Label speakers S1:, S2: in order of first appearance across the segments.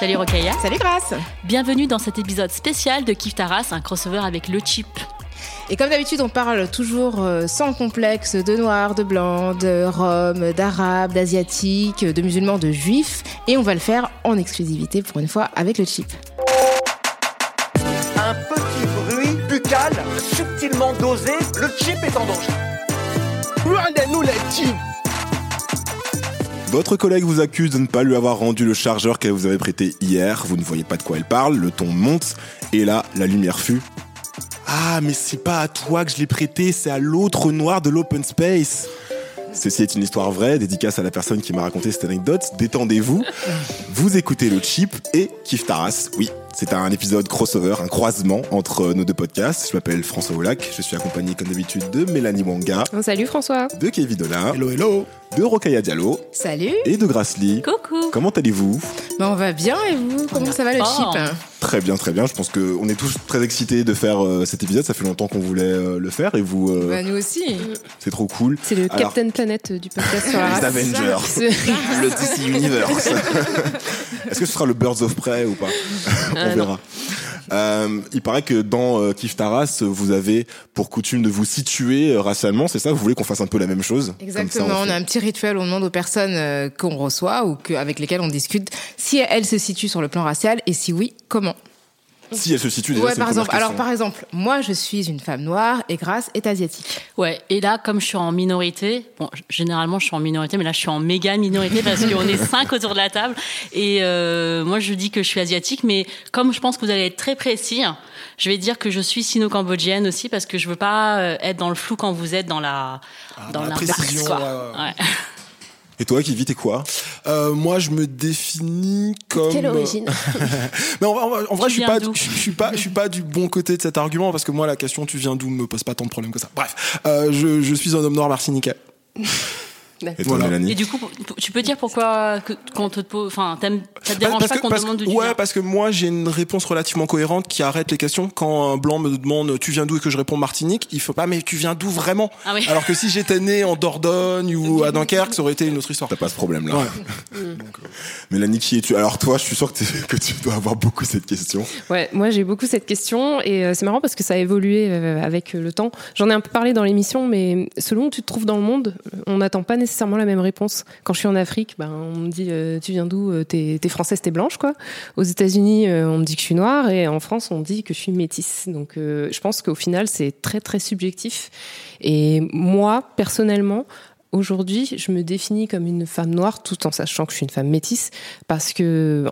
S1: Salut Rokhaya.
S2: Salut Grace
S1: Bienvenue dans cet épisode spécial de Kif Taras, un crossover avec le chip.
S2: Et comme d'habitude, on parle toujours euh, sans complexe de noirs, de blancs, de roms, d'arabes, d'asiatiques, de musulmans, de juifs. Et on va le faire en exclusivité pour une fois avec le chip.
S3: Un petit bruit buccal subtilement dosé, le chip est en danger. Regardez-nous les chips
S4: Votre collègue vous accuse de ne pas lui avoir rendu le chargeur qu'elle vous avait prêté hier, vous ne voyez pas de quoi elle parle, le ton monte, et là, la lumière fut. Ah, mais c'est pas à toi que je l'ai prêté, c'est à l'autre noir de l'open space. Ceci est une histoire vraie, dédicace à la personne qui m'a raconté cette anecdote. Détendez-vous, vous écoutez le chip et Kif Taras. Oui, c'est un épisode crossover, un croisement entre nos deux podcasts. Je m'appelle François Oulac, je suis accompagné comme d'habitude de Mélanie Wanga,
S2: Salut François
S4: de Kevin Dola, hello, hello. de Rokaya Diallo
S2: Salut
S4: et de Grace Lee.
S1: Coucou
S4: Comment allez-vous
S2: ben, On va bien et vous Comment ça va le
S1: fort.
S2: chip
S4: Très bien, très bien. Je pense que on est tous très excités de faire euh, cet épisode. Ça fait longtemps qu'on voulait euh, le faire et vous, euh,
S2: Bah, Nous aussi
S4: c'est trop cool.
S5: C'est le
S4: Alors-
S5: Captain Planet euh, du podcast sur la
S4: Les
S5: race.
S4: Avengers, le DC Universe. Est-ce que ce sera le Birds of Prey ou pas On
S1: Euh,
S4: verra. Euh, il paraît que dans euh, Kif Taras, vous avez pour coutume de vous situer euh, racialement, c'est ça Vous voulez qu'on fasse un peu la même chose Comme ça,
S2: Exactement,
S4: on
S2: on,
S4: fait-
S2: a un petit rituel où on demande aux personnes euh, qu'on reçoit ou que, avec lesquelles on discute si elles se situent sur le plan racial et si oui, comment.
S4: Si elle se situe déjà,
S2: ouais,
S4: c'est
S2: par
S4: une première
S2: exemple. Alors,
S4: question.
S2: par exemple, moi je suis une femme noire et Grace est asiatique.
S1: Ouais, et là, comme je suis en minorité, bon, g- généralement je suis en minorité, mais là je suis en méga minorité parce qu'on est cinq autour de la table. Et euh, moi je dis que je suis asiatique, mais comme je pense que vous allez être très précis, hein, je vais dire que je suis sino-cambodgienne aussi parce que je veux pas euh, être dans le flou quand vous êtes dans la, dans
S6: la
S1: l'inverse,
S6: précision, euh,
S1: quoi.
S6: ouais, ouais.
S1: Ouais.
S4: Et toi, Kivit, t'es quoi
S6: Euh, moi, je me définis comme. euh,
S5: Quelle origine
S6: Mais en, en- en vrai,
S1: Tu
S6: je suis
S1: viens
S6: pas,
S1: d'où
S6: je, suis pas, je suis pas du bon côté de cet argument parce que moi, la question "tu viens d'où" me pose pas tant de problèmes que ça. Bref, euh, je, je suis un homme noir martiniquais.
S4: Et toi,
S6: Voilà.
S1: Et
S4: Mélanie
S1: du coup, pour- pour- tu peux dire pourquoi que- qu'on te pose, enfin, t'aimes- ça te dérange
S6: Parce
S1: pas
S6: que-
S1: qu'on te
S6: parce
S1: demande
S6: que-
S1: de
S6: Ouais, parce que moi, j'ai une réponse relativement cohérente qui arrête les questions. Quand un blanc me demande "tu viens d'où" et que je réponds Martinique, il faut pas "mais tu viens d'où vraiment
S1: Ah oui.
S6: Alors que si j'étais né en Dordogne ou à Dunkerque, ça aurait été une autre histoire.
S4: T'as pas ce problème-là.
S6: Ouais.
S5: Mm.
S6: euh,
S4: Mélanie, qui es-tu Alors toi, je suis sûr que, t'es- que tu dois avoir beaucoup cette question.
S5: Ouais, moi j'ai beaucoup cette question et euh, c'est marrant parce que ça a évolué euh, avec euh, le temps. J'en ai un peu parlé dans l'émission, mais selon où tu te trouves dans le monde, euh, on n'attend pas nécessairement la même réponse. Quand je suis en Afrique, ben, on me dit euh, tu viens d'où Euh, T'es t'es française, t'es blanche quoi. Aux États-Unis, euh, on me dit que je suis noire et en France, on me dit que je suis métisse. Donc euh, je pense qu'au final, c'est très très subjectif. Et moi, personnellement, aujourd'hui, je me définis comme une femme noire tout en sachant que je suis une femme métisse parce que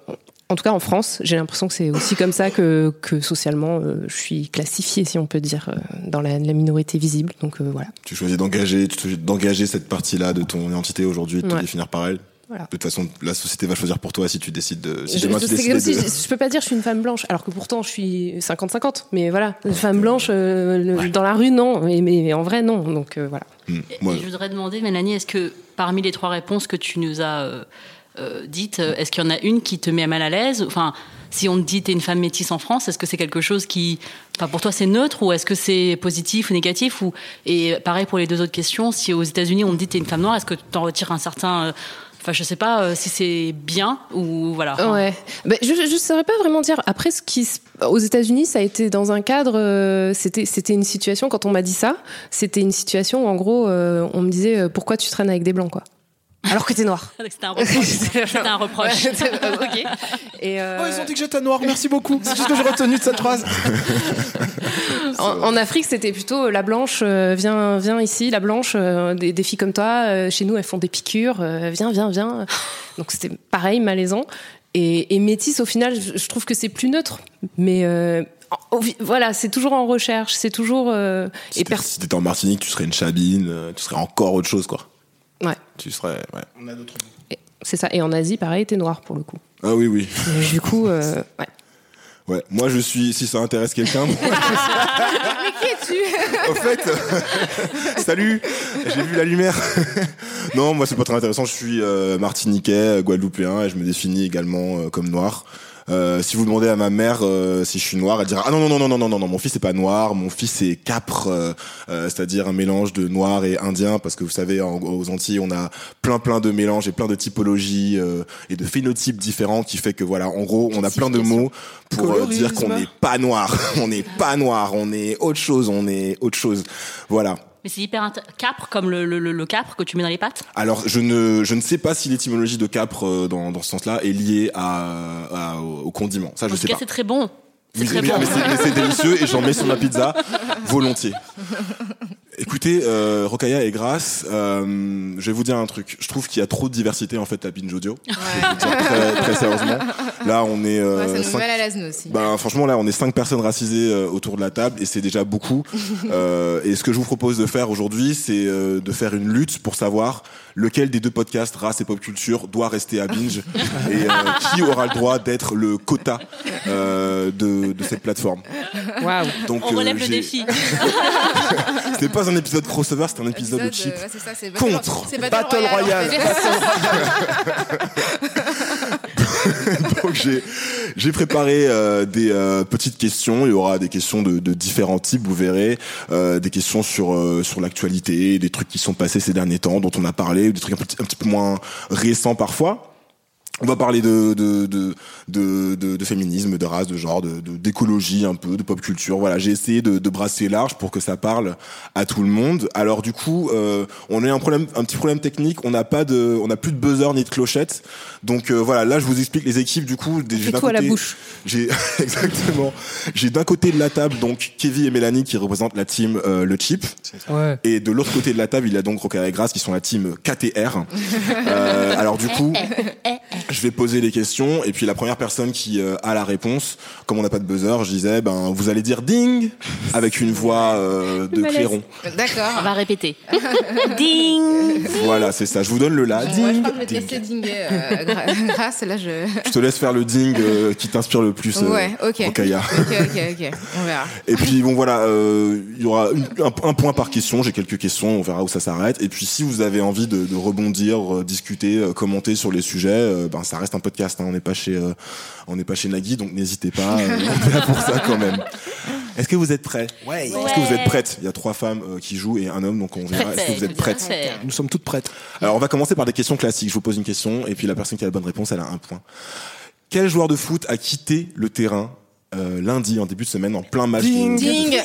S5: en tout cas, en France, j'ai l'impression que c'est aussi comme ça que, que socialement, euh, je suis classifiée, si on peut dire, euh, dans la, la minorité visible. Donc euh, voilà.
S4: Tu choisis d'engager, tu choisis d'engager cette partie-là de ton identité aujourd'hui, de te
S5: Ouais.
S4: définir par elle.
S5: Voilà.
S4: De toute façon, la société va choisir pour toi si tu décides de. Si
S5: Je,
S4: demain
S5: je-
S4: tu
S5: c'est comme
S4: décides
S5: si
S4: de.
S5: je, je peux pas dire je suis une femme blanche, alors que pourtant je suis 50-50. Mais voilà, une femme blanche euh, le- dans la rue, non. Mais, mais en vrai, non. Donc euh, voilà.
S4: Hmm,
S1: Et-
S4: moi,
S1: et je voudrais demander, Mélanie, est-ce que parmi les trois réponses que tu nous as euh, euh, dites, euh, est-ce qu'il y en a une qui te met mal à l'aise Enfin, si on te dit t'es une femme métisse en France, est-ce que c'est quelque chose qui, enfin, pour toi c'est neutre ou est-ce que c'est positif ou négatif ou Et pareil pour les deux autres questions, si aux États-Unis on te dit t'es une femme noire, est-ce que t'en retires un certain, euh, enfin, je sais pas euh, si c'est bien ou voilà. Enfin,
S5: Ouais. Ben, je, je- je saurais pas vraiment dire. Après, ce qui se- aux États-Unis, ça a été dans un cadre. euh, c'était, c'était une situation. Quand on m'a dit ça, c'était une situation où, en gros, euh, on me disait euh, pourquoi tu traînes avec des blancs, quoi. Alors que t'es noir.
S1: C'était un reproche. C'était un reproche.
S5: ok. Et euh,
S6: Oh, ils ont dit que j'étais noir. Merci beaucoup. C'est tout ce que j'ai retenu de cette phrase.
S5: en, en Afrique, c'était plutôt euh, la blanche, euh, viens, viens ici, la blanche, euh, des, des filles comme toi, euh, chez nous, elles font des piqûres, euh, viens, viens, viens. Donc c'était pareil, malaisant. Et, et métisse, au final, je, je trouve que c'est plus neutre. Mais euh, en- au vi- voilà, c'est toujours en recherche, c'est toujours. euh,
S4: si
S5: et
S4: t'es-
S5: per-
S4: si t'étais en Martinique, tu serais une chabine, euh, tu serais encore autre chose, quoi.
S5: Ouais.
S4: Tu serais. ouais.
S5: Et- C'est ça. Et en Asie, pareil, t'es noir pour le coup.
S4: Ah oui, oui.
S5: Et du coup, euh, ouais.
S4: Ouais. Moi, je suis. Si ça intéresse quelqu'un. moi-
S2: Mais qui es-tu
S4: Au fait, salut, j'ai vu la lumière. non, moi c'est pas très intéressant. Je suis euh, martiniquais, euh, guadeloupéen et je me définis également euh, comme noir. Euh, si vous demandez à ma mère euh, si je suis noir, elle dira ah non non non non non non non non mon fils est pas noir, mon fils est capre, euh, euh, c'est-à-dire un mélange de noir et indien parce que vous savez en- aux Antilles on a plein plein de mélanges et plein de typologies euh, et de phénotypes différents qui fait que voilà en gros on a plein de mots pour euh, dire qu'on n'est pas noir, on n'est pas noir, on est autre chose, on est autre chose. Voilà.
S1: Mais c'est hyper inter- capre comme le, le, le- le capre que tu mets dans les pattes.
S4: Alors, je ne, je ne sais pas si l'étymologie de capre euh, dans, dans ce sens-là est liée à, à- au au condiment. Ça, je
S1: En tout
S4: sais
S1: cas,
S4: pas.
S1: c'est très bon. C'est
S4: Oui,
S1: très
S4: mais,
S1: bon.
S4: mais c'est- mais c'est délicieux et j'en mets sur ma pizza volontiers. Écoutez, euh, Rocaya et Grasse, euh, je vais vous dire un truc. Je trouve qu'il y a trop de diversité en fait à Binge Audio. Je vais vous dire très, très sérieusement. Là, on est euh,
S2: Ouais, Ça nous met
S4: cinq-
S2: mal à l'aise, nous aussi.
S4: Ben, franchement, là, on est cinq personnes racisées euh, autour de la table et c'est déjà beaucoup. Euh, et ce que je vous propose de faire aujourd'hui, c'est euh, de faire une lutte pour savoir lequel des deux podcasts, race et pop culture, doit rester à binge et euh, qui aura le droit d'être le quota euh, de, de cette plateforme.
S5: Waouh.
S4: Donc,
S1: On
S4: euh,
S1: relève le
S4: j'ai-
S1: défi.
S4: C'était pas un épisode crossover, c'était un épisode de chip.
S2: euh, ouais, c'est ça, c'est Battle-
S4: Contre
S2: c'est
S4: Battle Royale.
S2: en fait.
S4: Donc j'ai j'ai préparé euh, des euh, petites questions. Il y aura des questions de, de différents types, vous verrez, euh, des questions sur euh, sur l'actualité, des trucs qui sont passés ces derniers temps, dont on a parlé, ou des trucs un petit, un petit peu moins récents parfois. On va parler de de de de, de- de féminisme, de race, de genre, de de- d'écologie un peu, de pop culture. Voilà, j'ai essayé de, de brasser large pour que ça parle à tout le monde. Alors du coup, euh, on a eu un problème, un petit problème technique. On n'a pas de, on n'a plus de buzzer ni de clochette. Donc euh, voilà, là je vous explique les équipes. Du coup, des- j'ai
S5: fait
S4: d'un
S5: tout à la
S4: côté-
S5: bouche.
S4: J'ai exactement. J'ai d'un côté de la table donc Kevin et Mélanie qui représentent la team euh, le chip.
S7: Ouais.
S4: Et de l'autre côté de la table, il y a donc Roca et Grasse qui sont la team KTR. Euh, alors
S2: Eh,
S4: du coup, je vais poser les questions et puis la première personne qui euh, a la réponse, comme on n'a pas de buzzer, je disais, ben vous allez dire ding avec une voix euh, de
S5: Malaise.
S4: clairon.
S1: On
S2: D'accord.
S1: va répéter. Ding
S4: Voilà, c'est ça. Je vous donne le la.
S2: Moi, je
S4: Ding.
S2: pense que je vais te
S4: ding.
S2: laisser dinguer euh, gra- grâce. Là, je.
S4: Je te laisse faire le ding euh, qui t'inspire le plus. euh,
S2: Ouais, ok.
S4: Rokaya.
S2: Ok, ok, ok. On verra.
S4: Et puis bon voilà, euh, il y aura une- un, un point par question. J'ai quelques questions, on verra où ça s'arrête. Et puis si vous avez envie de, de rebondir, euh, discuter, euh, commenter sur les sujets, euh, ben ça reste un podcast. hein. on n'est pas chez, euh, on n'est pas chez Nagui, donc n'hésitez pas. euh, on est là pour ça quand même. Est-ce que vous êtes prêts Ouais. Est-ce que vous êtes prêtes Il y a trois femmes euh, qui jouent et un homme, donc on verra. Est-ce que vous êtes prêtes
S1: Parfait.
S6: Nous sommes toutes prêtes.
S4: Alors on va commencer par des questions classiques. Je vous pose une question et puis la personne qui a la bonne réponse, elle a un point. Quel joueur de foot a quitté le terrain euh, lundi en début de semaine en plein match de-
S2: Ding.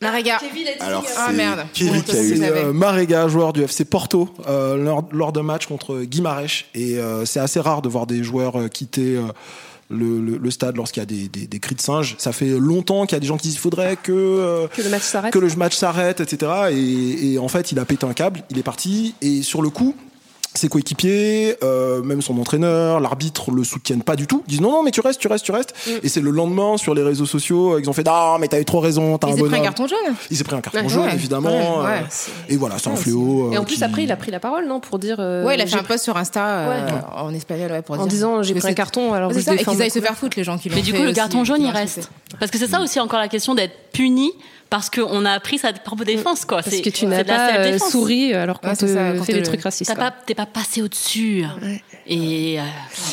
S2: La rega.
S4: alors, c'est
S2: Ah, merde.
S4: Kevin
S2: Oh,
S4: qui a eu-
S2: Je
S6: C'est
S2: l'avais.
S6: euh, Marega, joueur du FC Porto, euh, lors, lors d'un match contre Guimarèche. Et euh, c'est assez rare de voir des joueurs euh, quitter euh, le, le- le stade lorsqu'il y a des, des- des cris de singe. Ça fait longtemps qu'il y a des gens qui disent il faudrait que, euh,
S5: Que le match s'arrête.
S6: que le match s'arrête, etc. Et, et en fait, il a pété un câble, il est parti. Et sur le coup, ses coéquipiers, euh, même son entraîneur, l'arbitre le soutiennent pas du tout. Ils disent non, non, mais tu restes, tu restes, tu restes.
S5: Mm.
S6: Et c'est le lendemain sur les réseaux sociaux, euh, ils ont fait non, mais t'as eu trop raison, t'as
S2: Ils ont
S6: un
S2: pris un
S6: bonhomme.
S2: carton jaune.
S6: Il s'est pris un carton
S2: Ouais,
S6: jaune,
S2: ouais,
S6: évidemment.
S2: ouais, ouais.
S6: euh, et voilà, c'est un fléau.
S5: Et
S6: euh,
S5: en plus,
S6: qui-
S5: après, il a pris la parole, non Pour dire. euh,
S2: Ouais, il a
S5: j'ai-
S2: fait un post sur Insta euh,
S5: Ouais.
S2: en espagnol ouais, pour
S5: En
S2: dire
S5: disant, j'ai
S2: que
S5: pris un
S2: c'est-
S5: carton, alors
S2: Ouais,
S5: je
S2: c'est ça, et
S5: défends
S2: qu'ils
S5: ma
S2: aillent se
S5: couleur.
S2: faire foutre les gens qui l'ont
S1: Mais du
S2: fait
S1: coup, le
S2: aussi,
S1: carton jaune,
S2: qui
S1: il
S2: l'ont
S1: reste.
S2: insulté.
S1: Parce que c'est ça aussi encore la question d'être puni parce qu'on a appris sa propre défense, quoi.
S5: Parce
S1: C'est-
S5: que tu
S1: c'est
S5: n'as
S1: de la
S5: pas
S1: sale
S5: euh,
S1: défense.
S5: souri alors qu'on
S2: Ouais,
S5: te
S2: c'est ça, quand
S5: fait des
S2: te-
S5: trucs racistes.
S1: T'as
S5: quoi.
S1: pas- T'es pas, passé au-dessus. Et. euh,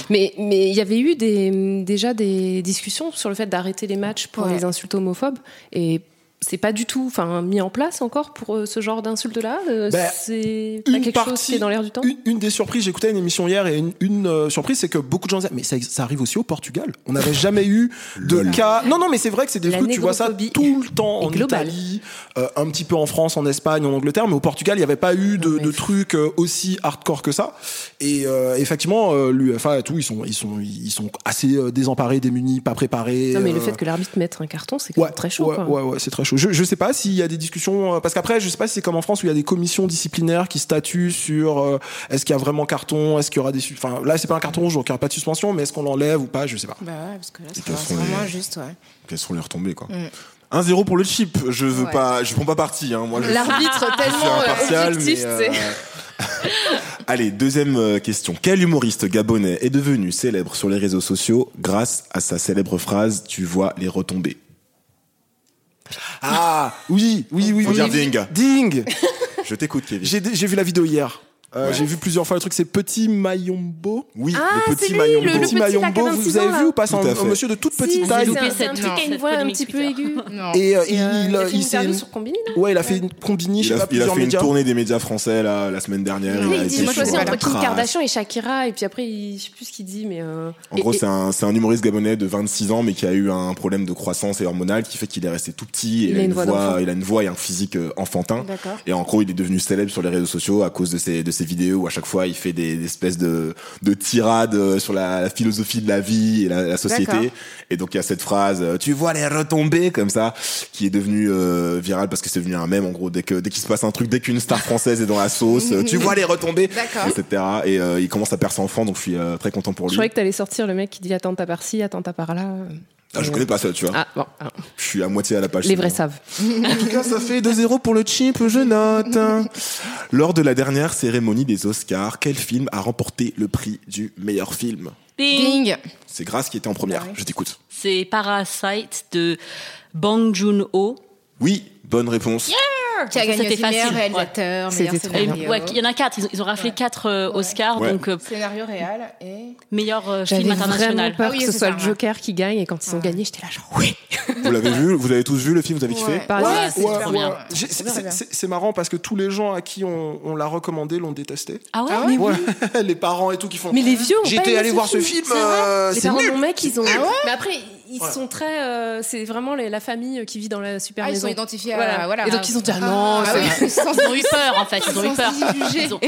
S5: Mais mais il y avait eu des, déjà des discussions sur le fait d'arrêter les matchs pour
S2: Ouais.
S5: les insultes homophobes et c'est pas du tout enfin mis en place encore pour euh, ce genre d'insultes là
S6: Ben,
S5: c'est pas
S6: une
S5: quelque chose
S6: partie-
S5: qui est dans l'air du temps
S6: Une, une des surprises, j'écoutais une émission hier et une, une, euh, surprise, c'est que beaucoup de gens disaient, mais ça, ça arrive aussi au Portugal. On n'avait jamais eu de
S4: Lol.
S6: cas. Non, non, mais c'est vrai que c'est des
S5: La
S6: trucs, tu vois ça
S5: négrophobie
S6: tout le temps
S5: est
S6: en
S5: globale.
S6: Italie, euh, un petit peu en France, en Espagne, en Angleterre, mais au Portugal, il n'y avait pas eu de,
S2: Ouais.
S6: de trucs euh, aussi hardcore que ça. Et euh, effectivement, euh, l'UEFA et tout, ils sont, ils sont, ils sont assez euh, désemparés, démunis, pas préparés.
S5: Non mais le
S6: euh,
S5: fait que l'arbitre mette un carton c'est quand
S6: Ouais,
S5: même très chaud
S6: Ouais,
S5: quoi.
S6: ouais, ouais, c'est très chaud. Je, je sais pas s'il y a des discussions, euh, parce qu'après, je sais pas si c'est comme en France où il y a des commissions disciplinaires qui statuent sur euh, est-ce qu'il y a vraiment carton, est-ce qu'il y aura des. su- Enfin, là, c'est pas un carton rouge, donc il n'y aura pas de suspension, mais est-ce qu'on l'enlève ou pas, je sais pas.
S2: Bah ouais, parce que là,
S4: quels
S2: c'est
S4: sont les-
S2: vraiment juste, ouais.
S4: Quelles sont les retombées quoi 1-0 pour le chip. Je veux
S2: Ouais.
S4: pas, je prends pas parti. hein. Moi, je
S2: L'arbitre
S4: suis- je suis
S2: tellement euh,
S4: impartial,
S2: objectif,
S4: mais,
S2: c'est-
S4: euh, Allez, deuxième euh, question. Quel humoriste gabonais est devenu célèbre sur les réseaux sociaux grâce à sa célèbre phrase "Tu vois les retombées"?
S6: Ah, oui, oui, oui.
S4: Faut
S6: oui.
S4: dire ding.
S6: Ding
S4: Je t'écoute, Kevin.
S6: J'ai j'ai vu la vidéo hier. Euh,
S4: Ouais.
S6: J'ai vu plusieurs fois le truc, c'est Petit Mayombo.
S4: Oui,
S5: Ah,
S4: le
S5: c'est
S4: petit
S5: lui,
S4: maillon
S5: le-
S4: beau.
S5: petit,
S6: Petit
S5: là,
S6: Mayombo,
S5: 46
S6: vous avez
S5: ans,
S6: vu
S5: là.
S6: ou pas C'est
S4: Tout à
S6: un,
S4: fait.
S6: un monsieur de toute petite
S5: Si,
S6: taille.
S5: c'est
S1: loupé
S5: un- c'est un
S1: cette-
S5: petit
S1: non,
S5: qui a une
S1: cette
S5: voix un
S1: polémique
S5: petit peu
S1: Twitter.
S5: aiguë.
S2: Non.
S6: Et, euh, et
S5: Et, euh,
S6: il,
S5: il a
S6: euh,
S5: fait
S6: il
S5: une
S6: s'est-
S5: interview sur Combini, non
S6: Ouais, il a fait une combini,
S4: Il
S6: je sais
S4: a,
S6: pas,
S4: il a
S6: plusieurs
S4: fait une
S6: médias.
S4: tournée des médias français là, la semaine dernière.
S5: Oui,
S4: a
S5: il
S4: été
S5: dit, moi je
S4: sur
S5: choisis entre
S4: la
S5: Kim
S4: trace.
S5: Kardashian et Shakira, et puis après, il, je sais plus ce qu'il dit, mais. euh,
S4: En
S1: Et-
S4: gros,
S1: et-
S4: c'est un, c'est un humoriste gabonais de 26 ans, mais qui a eu un problème de croissance et hormonal qui fait qu'il est resté tout petit. Et
S5: Il a une voix d'enfant.
S4: il a une voix et un physique euh, enfantin.
S5: D'accord.
S4: Et en gros, il est devenu célèbre sur les réseaux sociaux à cause de ses, de ses vidéos où à chaque fois il fait des, des espèces de, de tirades euh, sur la, la philosophie de la vie et la, la
S2: D'accord.
S4: société. Et donc il y a cette phrase, euh, tu vois les retombées comme ça, qui est devenue euh, virale parce que c'est devenu un mème en gros. Dès que dès qu'il se passe un truc, dès qu'une star française est dans la sauce, euh, tu vois les retombées,
S2: D'accord.
S4: etc. Et euh, il commence à perdre son enfant, donc je suis euh, très content pour
S5: Je
S4: lui.
S5: croyais que t'allais sortir le mec qui dit attends t'as par-ci, attends t'as par-là.
S4: Ah, je connais pas ça, tu vois.
S5: Ah bon, ah,
S4: Je suis à moitié à la page.
S5: les vrais savent.
S4: En tout cas, ça fait 2-0 pour le chip, je note. Lors de la dernière cérémonie des Oscars, quel film a remporté le prix du meilleur film
S1: Ding.
S2: Ding.
S4: C'est Grâce qui était en première. Je t'écoute.
S1: C'est Parasite de Bang Joon-ho.
S4: Oui, bonne réponse.
S2: Qui a
S1: Ça,
S2: gagné
S1: c'était
S2: aussi meilleur
S1: facile,
S2: réalisateur, meilleur
S5: C'était trop
S1: Et-
S2: scénario.
S1: ouais, Il y en a quatre. Ils ont, ils ont raflé quatre euh, Oscars,
S4: Ouais.
S1: donc euh,
S2: Scénario réel et.
S1: meilleur euh,
S5: J'avais
S1: film
S5: vraiment
S1: international.
S5: peur
S2: Ah oui,
S5: que ce
S2: c'est
S5: soit
S2: ça,
S5: le
S2: ouais.
S5: Joker qui gagne et quand ils ont gagné j'étais là genre oh, oui.
S4: Vous l'avez vu Vous avez tous vu le film Vous avez kiffé
S2: Ouais.
S5: Par
S6: Ouais,
S5: exemple.
S1: c'est
S6: ouais,
S1: super
S6: ouais.
S1: bien.
S6: J'ai-
S2: Super
S6: c'est-
S2: bien.
S6: C'est c'est marrant parce que tous les gens à qui on, on l'a recommandé l'ont détesté.
S1: Ah ouais,
S2: Ah
S1: mais
S6: Ouais, les parents et tout qui font.
S5: Mais les vieux ont pas
S6: J'étais
S5: aimé
S6: allé
S5: ce
S6: voir ce
S5: film.
S6: film.
S5: C'est vrai.
S6: euh,
S5: Les
S6: C'est
S5: parents de
S6: nul.
S5: mon mec ils ont.
S4: Ah
S5: Mais après ils sont très euh, c'est vraiment les- la famille qui vit dans la super
S2: Ah, ils
S5: maison.
S2: sont identifiés à-
S5: Voilà.
S2: voilà.
S5: Et donc ils ont dit ah
S2: Ah,
S5: non.
S2: ah
S5: ça-
S2: oui, ils sont-
S1: Ils ont eu peur en fait, ils ont eu peur.
S2: sensibilisés.
S1: Ils ont-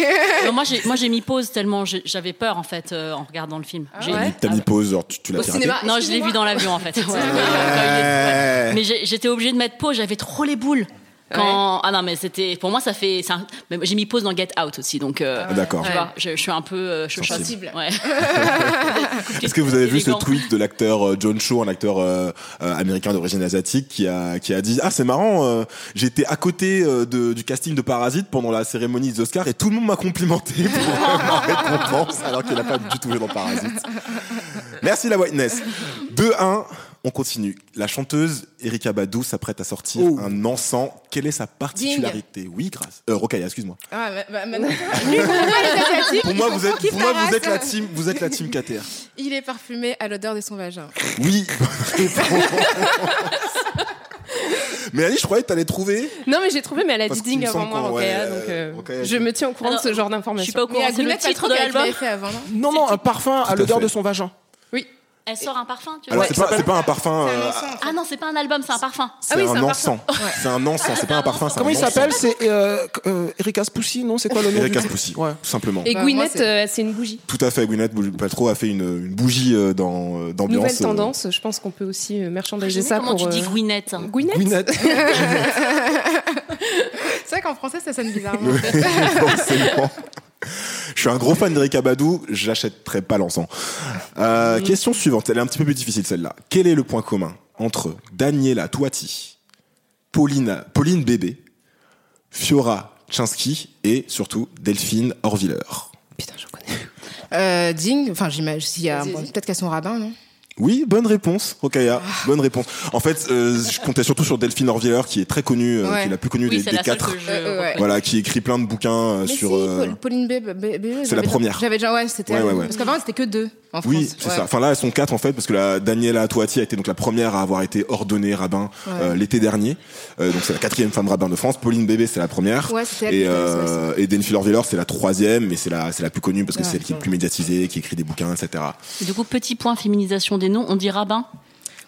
S1: Non, moi j'ai moi j'ai mis pause tellement j'ai- j'avais peur en fait euh, en regardant le film. J'ai-
S5: ouais
S4: T'as mis pause, genre tu, tu l'as
S5: Au
S4: piraté
S5: cinéma.
S1: Non, je l'ai vu dans l'avion en fait. Ouais, ouais, ouais, ouais.
S4: Ouais.
S1: Mais j'ai- j'étais obligée de mettre pause, j'avais trop les boules. Quand... Ah non, mais c'était. Pour moi, ça fait. c'est un- mais J'ai mis pause dans Get Out aussi, donc. euh,
S4: Ah, D'accord.
S1: Tu vois, je, je suis un peu. euh, chochotte.
S2: Sensible.
S1: Ouais.
S4: Est-ce que vous avez vu ce
S1: Élégant.
S4: tweet de l'acteur euh, John Cho, un acteur euh, euh, américain d'origine asiatique, qui a, qui a dit Ah, c'est marrant, euh, j'étais à côté euh, de- du casting de Parasite pendant la cérémonie des Oscars et tout le monde m'a complimenté pour ma récompense, alors qu'il n'a pas du tout joué dans Parasite. Merci la whiteness. 2-1. On continue. La chanteuse Erika Badou s'apprête à sortir
S6: Oh.
S4: un encens. Quelle est sa particularité Oui, grâce. Euh, Rocaille, excuse-moi.
S2: Ah, bah, bah, maintenant, les Asiatiques,
S4: Pour moi,
S2: ils
S4: vous
S2: sont
S4: êtes,
S2: tranquilles,
S4: pour moi, vous
S2: Taras.
S4: êtes la team, vous êtes la team KTR.
S2: Il est parfumé à l'odeur de son vagin.
S4: Oui, réponse. Mélanie, je croyais que t'allais trouver.
S5: Non mais j'ai trouvé mais elle a
S4: Parce
S5: dit
S4: qu'il me
S5: ding avant
S4: semble
S5: moi
S4: qu'on-
S5: Rokaya,
S4: ouais,
S5: donc euh,
S4: Rokaya,
S5: je
S4: tu-
S5: me tiens au courant de
S1: Alors,
S5: ce genre
S1: Je suis
S5: d'informations.
S1: pas au courant, c'est le
S2: Agnès, t'as
S1: titre
S2: le
S1: de
S2: truc avec
S1: l'album.
S2: l'effet avant, non
S6: Non, non, un parfum
S4: à
S6: à l'odeur
S4: fait.
S6: de son vagin.
S1: Elle sort un parfum, tu vois.
S4: Alors, c'est pas, c'est pas un parfum.
S2: C'est un
S4: euh,
S2: encens, en fait.
S1: Ah non, c'est pas un album, c'est un parfum.
S4: C'est
S5: Ah oui, c'est
S4: un
S5: un
S4: encens. C'est un encens, c'est pas un parfum. c'est
S6: Comment
S4: un
S6: il
S4: encens.
S6: s'appelle C'est euh, euh, Erika Spoussi, non C'est quoi le nom
S4: Eric
S6: du-
S4: Aspoussi,
S6: Ouais.
S4: tout simplement.
S5: Et
S2: Bah, moi,
S5: Gwyneth
S2: c'est-
S5: euh, c'est une bougie.
S4: Tout à fait, Gwyneth Bou- Paltrow a fait une, une bougie euh, dans, euh, d'ambiance.
S5: Nouvelle
S4: euh,
S5: tendance, je pense qu'on peut aussi euh, merchandiser
S1: J'ai
S5: ça
S1: comment
S5: pour.
S1: tu dis
S5: euh,
S1: Gwyneth. hein.
S5: Gwyneth
S6: Gwyneth.
S2: C'est vrai qu'en français, ça sonne bizarrement.
S4: forcément. Je suis un gros fan d'Eric Abadou, j'achèterai pas l'encens.
S1: Mhm.
S4: Euh, Question suivante, elle est un petit peu plus difficile celle-là. Quel est le point commun entre Daniela Toiti, Paulina, Pauline Bébé, Fiora Chinsky et surtout Delphine Horviller
S5: Putain, je connais.
S2: Euh, Ding, enfin, j'imagine, s'il y a-
S5: Vas-y,
S2: bon,
S5: vas-y.
S2: peut-être qu'elles sont rabbins, non
S4: Oui, bonne réponse, Rokaya.
S1: Ah.
S4: Bonne réponse. En fait, euh, je comptais surtout sur Delphine Horviller qui est très connue, euh,
S2: Ouais.
S4: qui est la plus connue
S1: Oui,
S4: des,
S1: c'est
S4: des
S1: la seule
S4: quatre.
S1: que je.
S2: Euh, ouais.
S4: Voilà, qui écrit plein de bouquins euh,
S2: Mais
S4: sur.
S2: si,
S4: euh,
S2: Paul- Pauline B. B- B-
S4: C'est la
S2: j'avais-
S4: première.
S2: J'avais déjà, ouais, c'était.
S4: Ouais,
S2: elle.
S4: ouais, ouais.
S2: Parce qu'avant, c'était que deux en France.
S4: Oui, c'est
S2: Ouais.
S4: ça. Enfin là, elles sont quatre en fait, parce que la Daniela Toati a été donc la première à avoir été ordonnée rabbin euh, l'été dernier. Euh, donc c'est la quatrième femme rabbin de France. Pauline Bébé, c'est la première.
S2: Ouais, c'était elle
S4: et
S2: qui était la seule,
S4: euh, et Denfil Orviller, c'est la troisième, mais c'est la c'est la plus connue parce que
S2: Ouais.
S4: c'est elle qui est le plus médiatisée, qui écrit des bouquins, etc.
S1: Et Du coup, petit point féminisation des noms, on dit rabbin.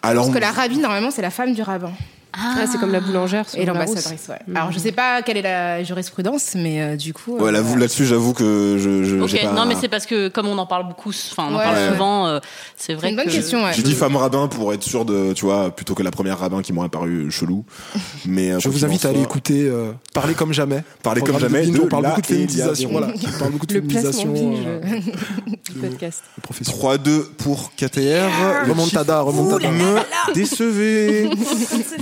S4: Alors
S2: Parce que la rabbine, normalement, c'est la femme du rabbin.
S5: Ah, c'est comme la boulangère sur
S2: Et
S5: la Mm.
S2: l'ambassadrice, ouais. Alors, je sais pas quelle est la jurisprudence, mais euh, du coup. euh,
S4: Mm. ouais, là, vous- là-dessus, j'avoue que je, je
S1: Ok,
S4: Euh, j'ai pas.
S1: non, mais c'est parce que comme on en parle beaucoup, enfin, on en
S2: Ouais,
S1: parle
S4: ouais.
S1: souvent, euh, c'est
S2: C'est
S1: vrai
S2: une bonne
S1: que.
S2: question, ouais.
S4: J'ai dit femme rabbin pour être sûr de, tu vois, plutôt que la première rabbin qui m'aurait paru chelou. Mais euh,
S6: Je
S4: quoi
S6: vous
S4: qu'il en
S6: invite à aller
S4: soit-
S6: écouter euh, Parler comme jamais.
S4: Parler comme
S6: Programme
S4: jamais
S6: Binge,
S4: de
S6: on parle
S4: La
S6: beaucoup de
S4: Elia
S6: féminisation.
S4: Diron.
S6: Voilà, on parle beaucoup de
S5: Le placement
S6: féminisation.
S5: binge
S6: euh,
S5: du podcast.
S6: le professeur.
S4: 3-2 pour KTR. Le
S6: Remontada,
S4: Vous
S6: remontada.
S4: me décevez.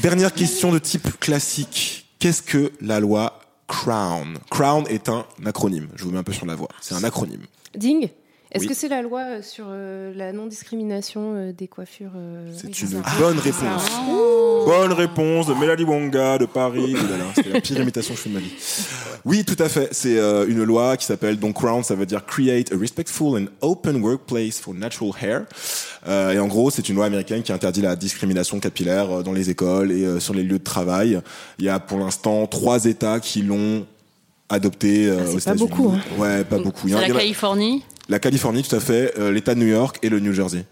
S4: dernière question de type classique. Qu'est-ce que la loi Crown Crown est un acronyme. Je vous mets un peu sur la voie. C'est un acronyme.
S5: Ding Est-ce
S4: Oui.
S5: que c'est la loi euh, sur euh, la non-discrimination euh, des coiffures euh,
S4: C'est
S5: oui,
S4: une bonne réponse.
S1: Oh.
S4: Bonne réponse de Mélanie Wonga de Paris. Oh là là, C'était la pire imitation que je fais de ma vie. Oui, tout à fait. C'est euh, une loi qui s'appelle donc Crown. Ça veut dire Create a Respectful and Open Workplace for Natural Hair. Euh, et en gros, c'est une loi américaine qui interdit la discrimination capillaire euh, dans les écoles et euh, sur les lieux de travail. Il y a pour l'instant trois États qui l'ont adopté euh,
S5: c'est
S4: aux
S5: pas
S4: États-Unis.
S5: beaucoup, hein.
S4: Ouais, pas beaucoup. Il y
S1: C'est
S4: en
S1: la
S4: a- il y en a-
S1: Californie.
S4: la Californie, tout à fait, euh, l'État de New York et le New Jersey.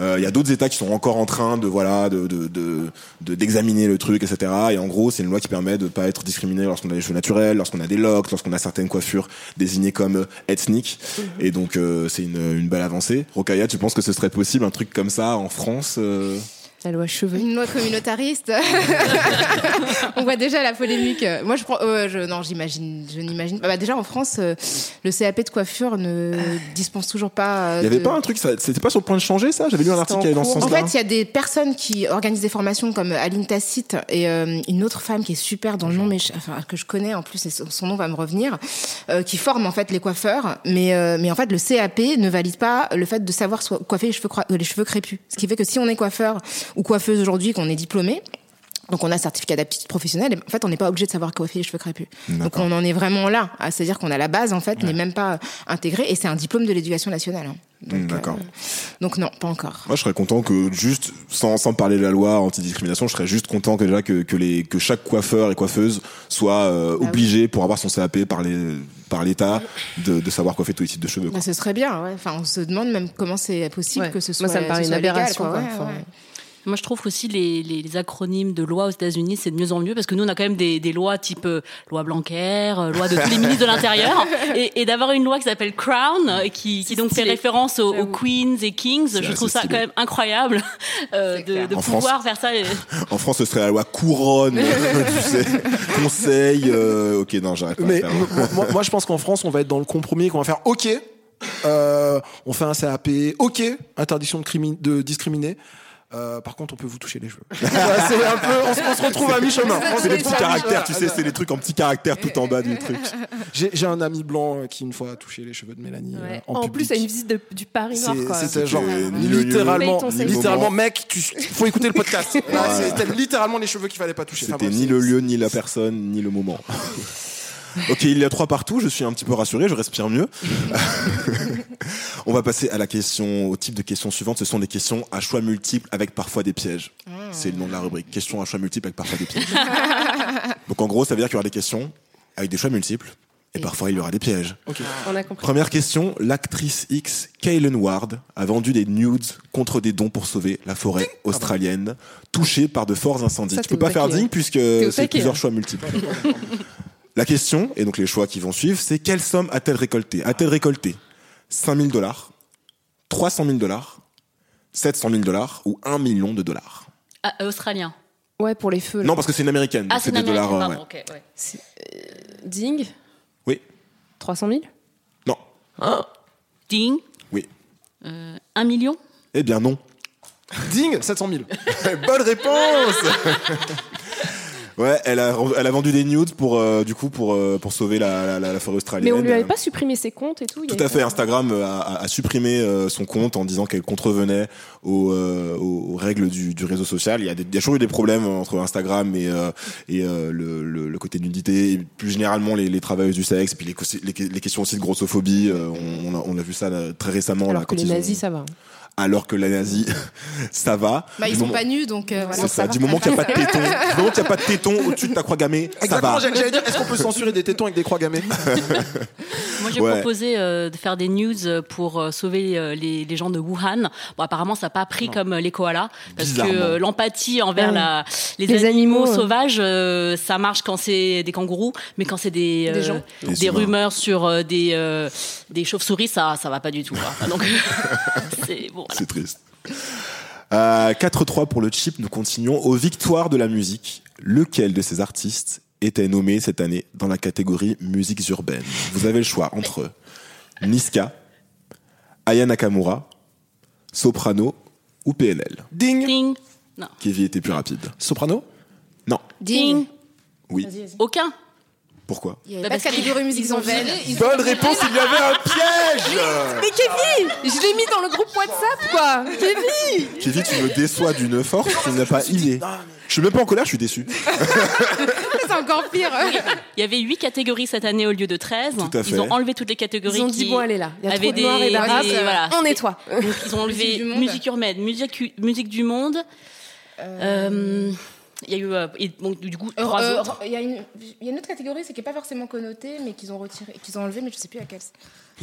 S4: Euh, Il y a d'autres États qui sont encore en train de voilà de de- de- de- d'examiner le truc, etc. Et en gros, c'est une loi qui permet de pas être discriminé lorsqu'on a les cheveux naturels, lorsqu'on a des locks, lorsqu'on a certaines coiffures désignées comme euh, ethniques.
S2: Mhm.
S4: Et donc, euh, c'est une, une belle avancée. Rokaya, tu penses que ce serait possible un truc comme ça en France euh
S5: La loi cheveux.
S2: Une loi communautariste. On voit déjà la polémique. Moi, je prends. euh, je, non, j'imagine. Je n'imagine pas. Bah, déjà, en France, euh, le CAP de coiffure ne
S5: Ah.
S2: dispense toujours pas. euh,
S4: Il y avait
S2: de-
S4: pas un truc, ça- c'était pas sur le point de changer ça J'avais lu un article qui allait euh, dans ce
S2: En
S4: sens-là.
S2: fait, il y a des personnes qui organisent des formations comme Aline Tacite et euh, une autre femme qui est super dont le nom m'écha- enfin, que je connais en plus et son, son nom va me revenir, euh, qui forme en fait les coiffeurs, mais euh, mais en fait le CAP ne valide pas le fait de savoir so- coiffer les cheveux croi- euh, les cheveux crépus, ce qui fait que si on est coiffeur ou coiffeuse aujourd'hui qu'on est diplômé donc on a certificat d'aptitude professionnelle. et En fait, on n'est pas obligé de savoir coiffer les cheveux crépus. Donc
S4: D'accord.
S2: on en est vraiment là, Ah, c'est-à-dire qu'on a la base en fait, mais même pas intégrée. Et c'est un diplôme de l'éducation nationale. hein.
S4: Hmm, D'accord.
S2: Donc non, pas encore.
S4: Moi, je serais content que juste, sans, sans parler de la loi antidiscrimination, je serais juste content que déjà que, que les que chaque coiffeur et coiffeuse soit euh,
S2: oui.
S4: obligé pour avoir son CAP par les par l'État de, de savoir coiffer tous les types de cheveux. quoi.
S2: Bah, ce serait bien, ouais. Enfin, on se demande même comment c'est possible
S5: Ouais.
S2: que ce soit.
S5: Moi, ça me paraît
S2: ce
S5: une
S2: soit légal,
S5: aberration,
S2: quoi.
S5: quoi.
S2: Ouais,
S5: Enfin,
S2: ouais.
S1: Moi, je trouve aussi les, les, les acronymes de loi aux États-Unis, c'est de mieux en mieux parce que nous, on a quand même des, des lois type euh, loi Blanquer, euh, loi de tous les ministres de l'Intérieur, et, et d'avoir une loi qui s'appelle Crown, euh, qui, qui donc fait
S5: stylé.
S1: référence aux, aux
S5: J'avoue.
S1: queens et kings.
S4: C'est
S1: Je trouve
S4: assez
S1: ça
S4: stylé.
S1: quand même incroyable euh,
S2: C'est
S1: de,
S2: clair.
S1: de
S4: En
S1: pouvoir
S4: France.
S1: faire ça. euh, et-
S4: En France, ce serait la loi couronne, tu sais, conseil. euh, ok, non, j'arrête pas. de
S6: Mais
S4: faire.
S6: moi, moi- moi, je pense qu'en France, on va être dans le compromis, qu'on va faire OK, euh, on fait un CAP, OK, interdiction de, crimi- de discriminer. Euh, par contre, on peut vous toucher les cheveux. Ouais, c'est un peu, on, se- on se retrouve à mi-chemin. On se
S4: C'est les
S6: retrouve
S4: petits
S6: à
S4: caractères, tu
S6: mi-chemin.
S4: sais, c'est les trucs en petits caractères tout en bas du truc.
S6: J'ai j'ai un ami blanc euh, qui une fois a touché les cheveux de Mélanie euh, en,
S5: En, plus,
S6: public.
S5: à une visite de- du Paris Noir,
S6: C'est-
S5: quoi.
S6: C'était genre
S4: C'était ni le lieu,
S5: Paye
S6: littéralement,
S5: ton salaire.
S6: littéralement,
S4: Ni
S6: mec, tu faut écouter le podcast. Ouais,
S4: Voilà.
S6: C'était littéralement les cheveux qu'il fallait pas toucher. Enfin,
S4: C'était
S6: bref,
S4: ni
S6: c'est-
S4: le lieu, ni la personne, ni le moment. ok, il y a trois partout, je suis un petit peu rassuré, je respire mieux. On va passer à la question, au type de questions suivantes. Ce sont des questions à choix multiples avec parfois des pièges. C'est le nom de la rubrique. Questions à choix multiples avec parfois des pièges. Donc en gros, ça veut dire qu'il y aura des questions avec des choix multiples et parfois il y aura des pièges.
S5: On a compris.
S4: Première question, l'actrice X, Kaylen Ward, a vendu des nudes contre des dons pour sauver la forêt australienne, touchée par de forts incendies.
S5: Ça,
S4: tu
S5: t'es
S4: peux pas
S5: au
S4: faire
S5: taquet,
S4: digne
S5: hein.
S4: puisque
S5: au
S4: c'est
S5: taquet,
S4: plusieurs
S5: hein.
S4: choix multiples. La question, et donc les choix qui vont suivre, c'est quelle somme a-t-elle récolté A-t-elle récolté 5 000 dollars, 300 000 dollars, 700 000 dollars ou 1 million de dollars
S1: Ah, australien.
S5: Ouais, pour les feux. là.
S4: Non, parce que c'est une américaine, donc
S1: Ah, c'est
S4: c'est des
S1: américain,
S4: dollars. euh,
S1: pardon,
S4: ouais.
S1: ok, ouais.
S5: Ding
S4: Oui,
S5: 300 000
S4: non,
S1: Ding,
S4: oui.
S1: euh, un million
S4: Eh bien non.
S6: Ding, 700 000.
S4: Bonne réponse Ouais, elle a, elle a vendu des nudes pour, euh, du coup, pour, euh, pour sauver la, la, la forêt australienne.
S5: Mais on lui avait
S4: Euh,
S5: pas supprimé ses comptes et tout. il y
S4: Tout
S5: avait
S4: à fait,
S5: pas-
S4: Instagram euh, a, a- a supprimé euh, son compte en disant qu'elle contrevenait aux, euh, aux aux règles du, du réseau social. Il y, a des, il y a toujours eu des problèmes entre Instagram et, euh, et euh, le, le, le côté nudité, et plus généralement les, les travailleuses du sexe, puis les, cossi- les, les questions aussi de grossophobie. euh, on, on a, on a vu ça là, très récemment.
S5: Alors
S4: là,
S5: que
S4: quand
S5: les
S4: ils ont-
S5: nazis, ça va. hein.
S4: Alors que la nazie, ça va.
S2: Bah, ils
S4: Du
S2: sont
S4: moment-
S2: pas nus, donc euh, voilà.
S4: c'est ça. Du moment qu'il n'y a pas de téton, du moment qu'il n'y a pas de téton au-dessus de ta croix gammée, ça
S6: Exactement,
S4: va.
S6: j'allais j'allais dire, est-ce qu'on peut censurer des tétons avec des croix gammées
S1: Moi, j'ai
S4: Ouais.
S1: proposé euh, de faire des news euh, pour euh, sauver euh, les, les gens de Wuhan. Bon, apparemment, ça n'a pas pris comme euh, les koalas, parce que
S4: Bizarrement.
S1: euh, l'empathie envers
S5: Ouais.
S1: la, les,
S5: Les
S1: animaux,
S5: animaux, euh.
S1: sauvages, euh, ça marche quand c'est des kangourous, mais quand c'est des, euh,
S5: Des gens.
S4: Des
S1: des
S4: humains.
S1: rumeurs sur euh, des, euh, des chauves-souris, ça ça va pas du tout. quoi. Enfin, Donc, c'est bon. voilà.
S4: C'est triste. Euh, 4-3 pour le chip, nous continuons aux victoires de la musique. Lequel de ces artistes était nommé cette année dans la catégorie musiques urbaines Vous avez le choix entre Niska, Aya Nakamura, Soprano ou PNL.
S6: Ding.
S1: Ding. Non.
S4: Kevin était plus rapide.
S6: Soprano
S4: Non.
S2: Ding.
S4: Oui.
S1: Aucun.
S4: Pourquoi
S2: Il y avait
S1: Bah,
S2: pas de
S1: parce
S2: catégorie musique
S1: ils ont
S2: sans veine.
S4: Bonne réponse, il y avait un piège
S2: Mais Kevin, je l'ai mis dans le groupe WhatsApp, quoi. Kevin.
S4: Kevin, tu me déçois d'une force, tu n'as pas idée. Je suis même pas en colère, je suis déçu.
S2: C'est encore pire.
S1: Il y avait huit catégories cette année au lieu de 13.
S4: Tout à fait.
S1: Ils ont enlevé toutes les catégories.
S7: Ils ont dit,
S1: qui
S7: bon, allez là, il y a
S1: avaient
S7: trop de noirs et
S1: des-
S7: d'arabes,
S1: des- voilà.
S7: on nettoie.
S1: Donc, ils ont enlevé
S2: Musique du monde.
S1: musique urbaine, musique, musique du monde. Euh, Il y a eu euh, et donc, du coup
S2: Euh,
S1: trois
S2: euh,
S1: autres.
S2: Il y, a une- il y a une autre catégorie, c'est qui n'est pas forcément connotée, mais qu'ils ont retiré, qu'ils ont enlevé, mais je sais plus laquelle. c'est.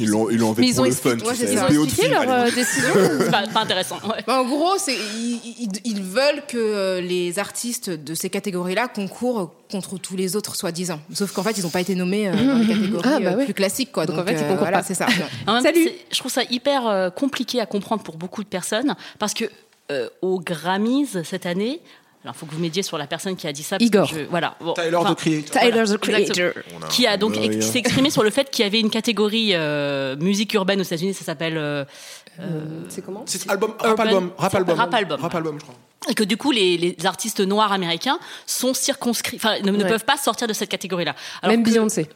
S4: Ils l'ont ils l'ont enlevé
S7: Mais ils
S4: pour
S7: ont
S4: le fun,
S7: expliqué-
S4: tu
S2: ouais,
S4: sais.
S2: c'est
S7: Ils ont
S4: BO de
S7: expliqué
S4: film,
S7: leur
S4: allez.
S7: euh, décision.
S1: C'est pas, pas intéressant. ouais.
S2: Bah, en gros, c'est ils, ils- ils veulent que euh, les artistes de ces catégories-là concourent contre tous les autres soi-disant. Sauf qu'en fait, ils n'ont pas été nommés euh, dans les catégories
S5: Ah, bah
S2: euh,
S5: oui.
S2: plus classiques, quoi.
S5: Donc,
S2: Donc,
S5: en fait, ils
S2: euh,
S5: concourent
S2: voilà,
S5: pas.
S2: c'est ça.
S1: En même temps,
S5: Salut.
S1: c'est- je trouve ça hyper euh, compliqué à comprendre pour beaucoup de personnes parce que euh, aux Grammys cette année, alors faut que vous m'aidiez sur la personne qui a dit ça. parce que
S5: Igor.
S1: je- voilà. bon,
S6: Tyler,
S1: enfin,
S6: The Creator.
S7: Tyler,
S1: voilà,
S7: the creator.
S1: exactement. Qui a donc
S4: Bah,
S1: ex-
S6: euh,
S4: rien.
S1: qui s'est exprimé sur le fait qu'il y avait une catégorie euh, musique urbaine aux États-Unis, ça s'appelle euh,
S7: C'est comment
S6: C'est album,
S1: Urban-
S6: rap album, rap
S1: c'est
S6: album.
S1: rap album.
S6: Rap album, je crois.
S1: et que du coup les, les artistes noirs américains sont circonscrits, enfin ne, ne
S5: Ouais.
S1: peuvent pas sortir de cette catégorie-là. Alors
S5: Même
S1: que-
S5: Beyoncé.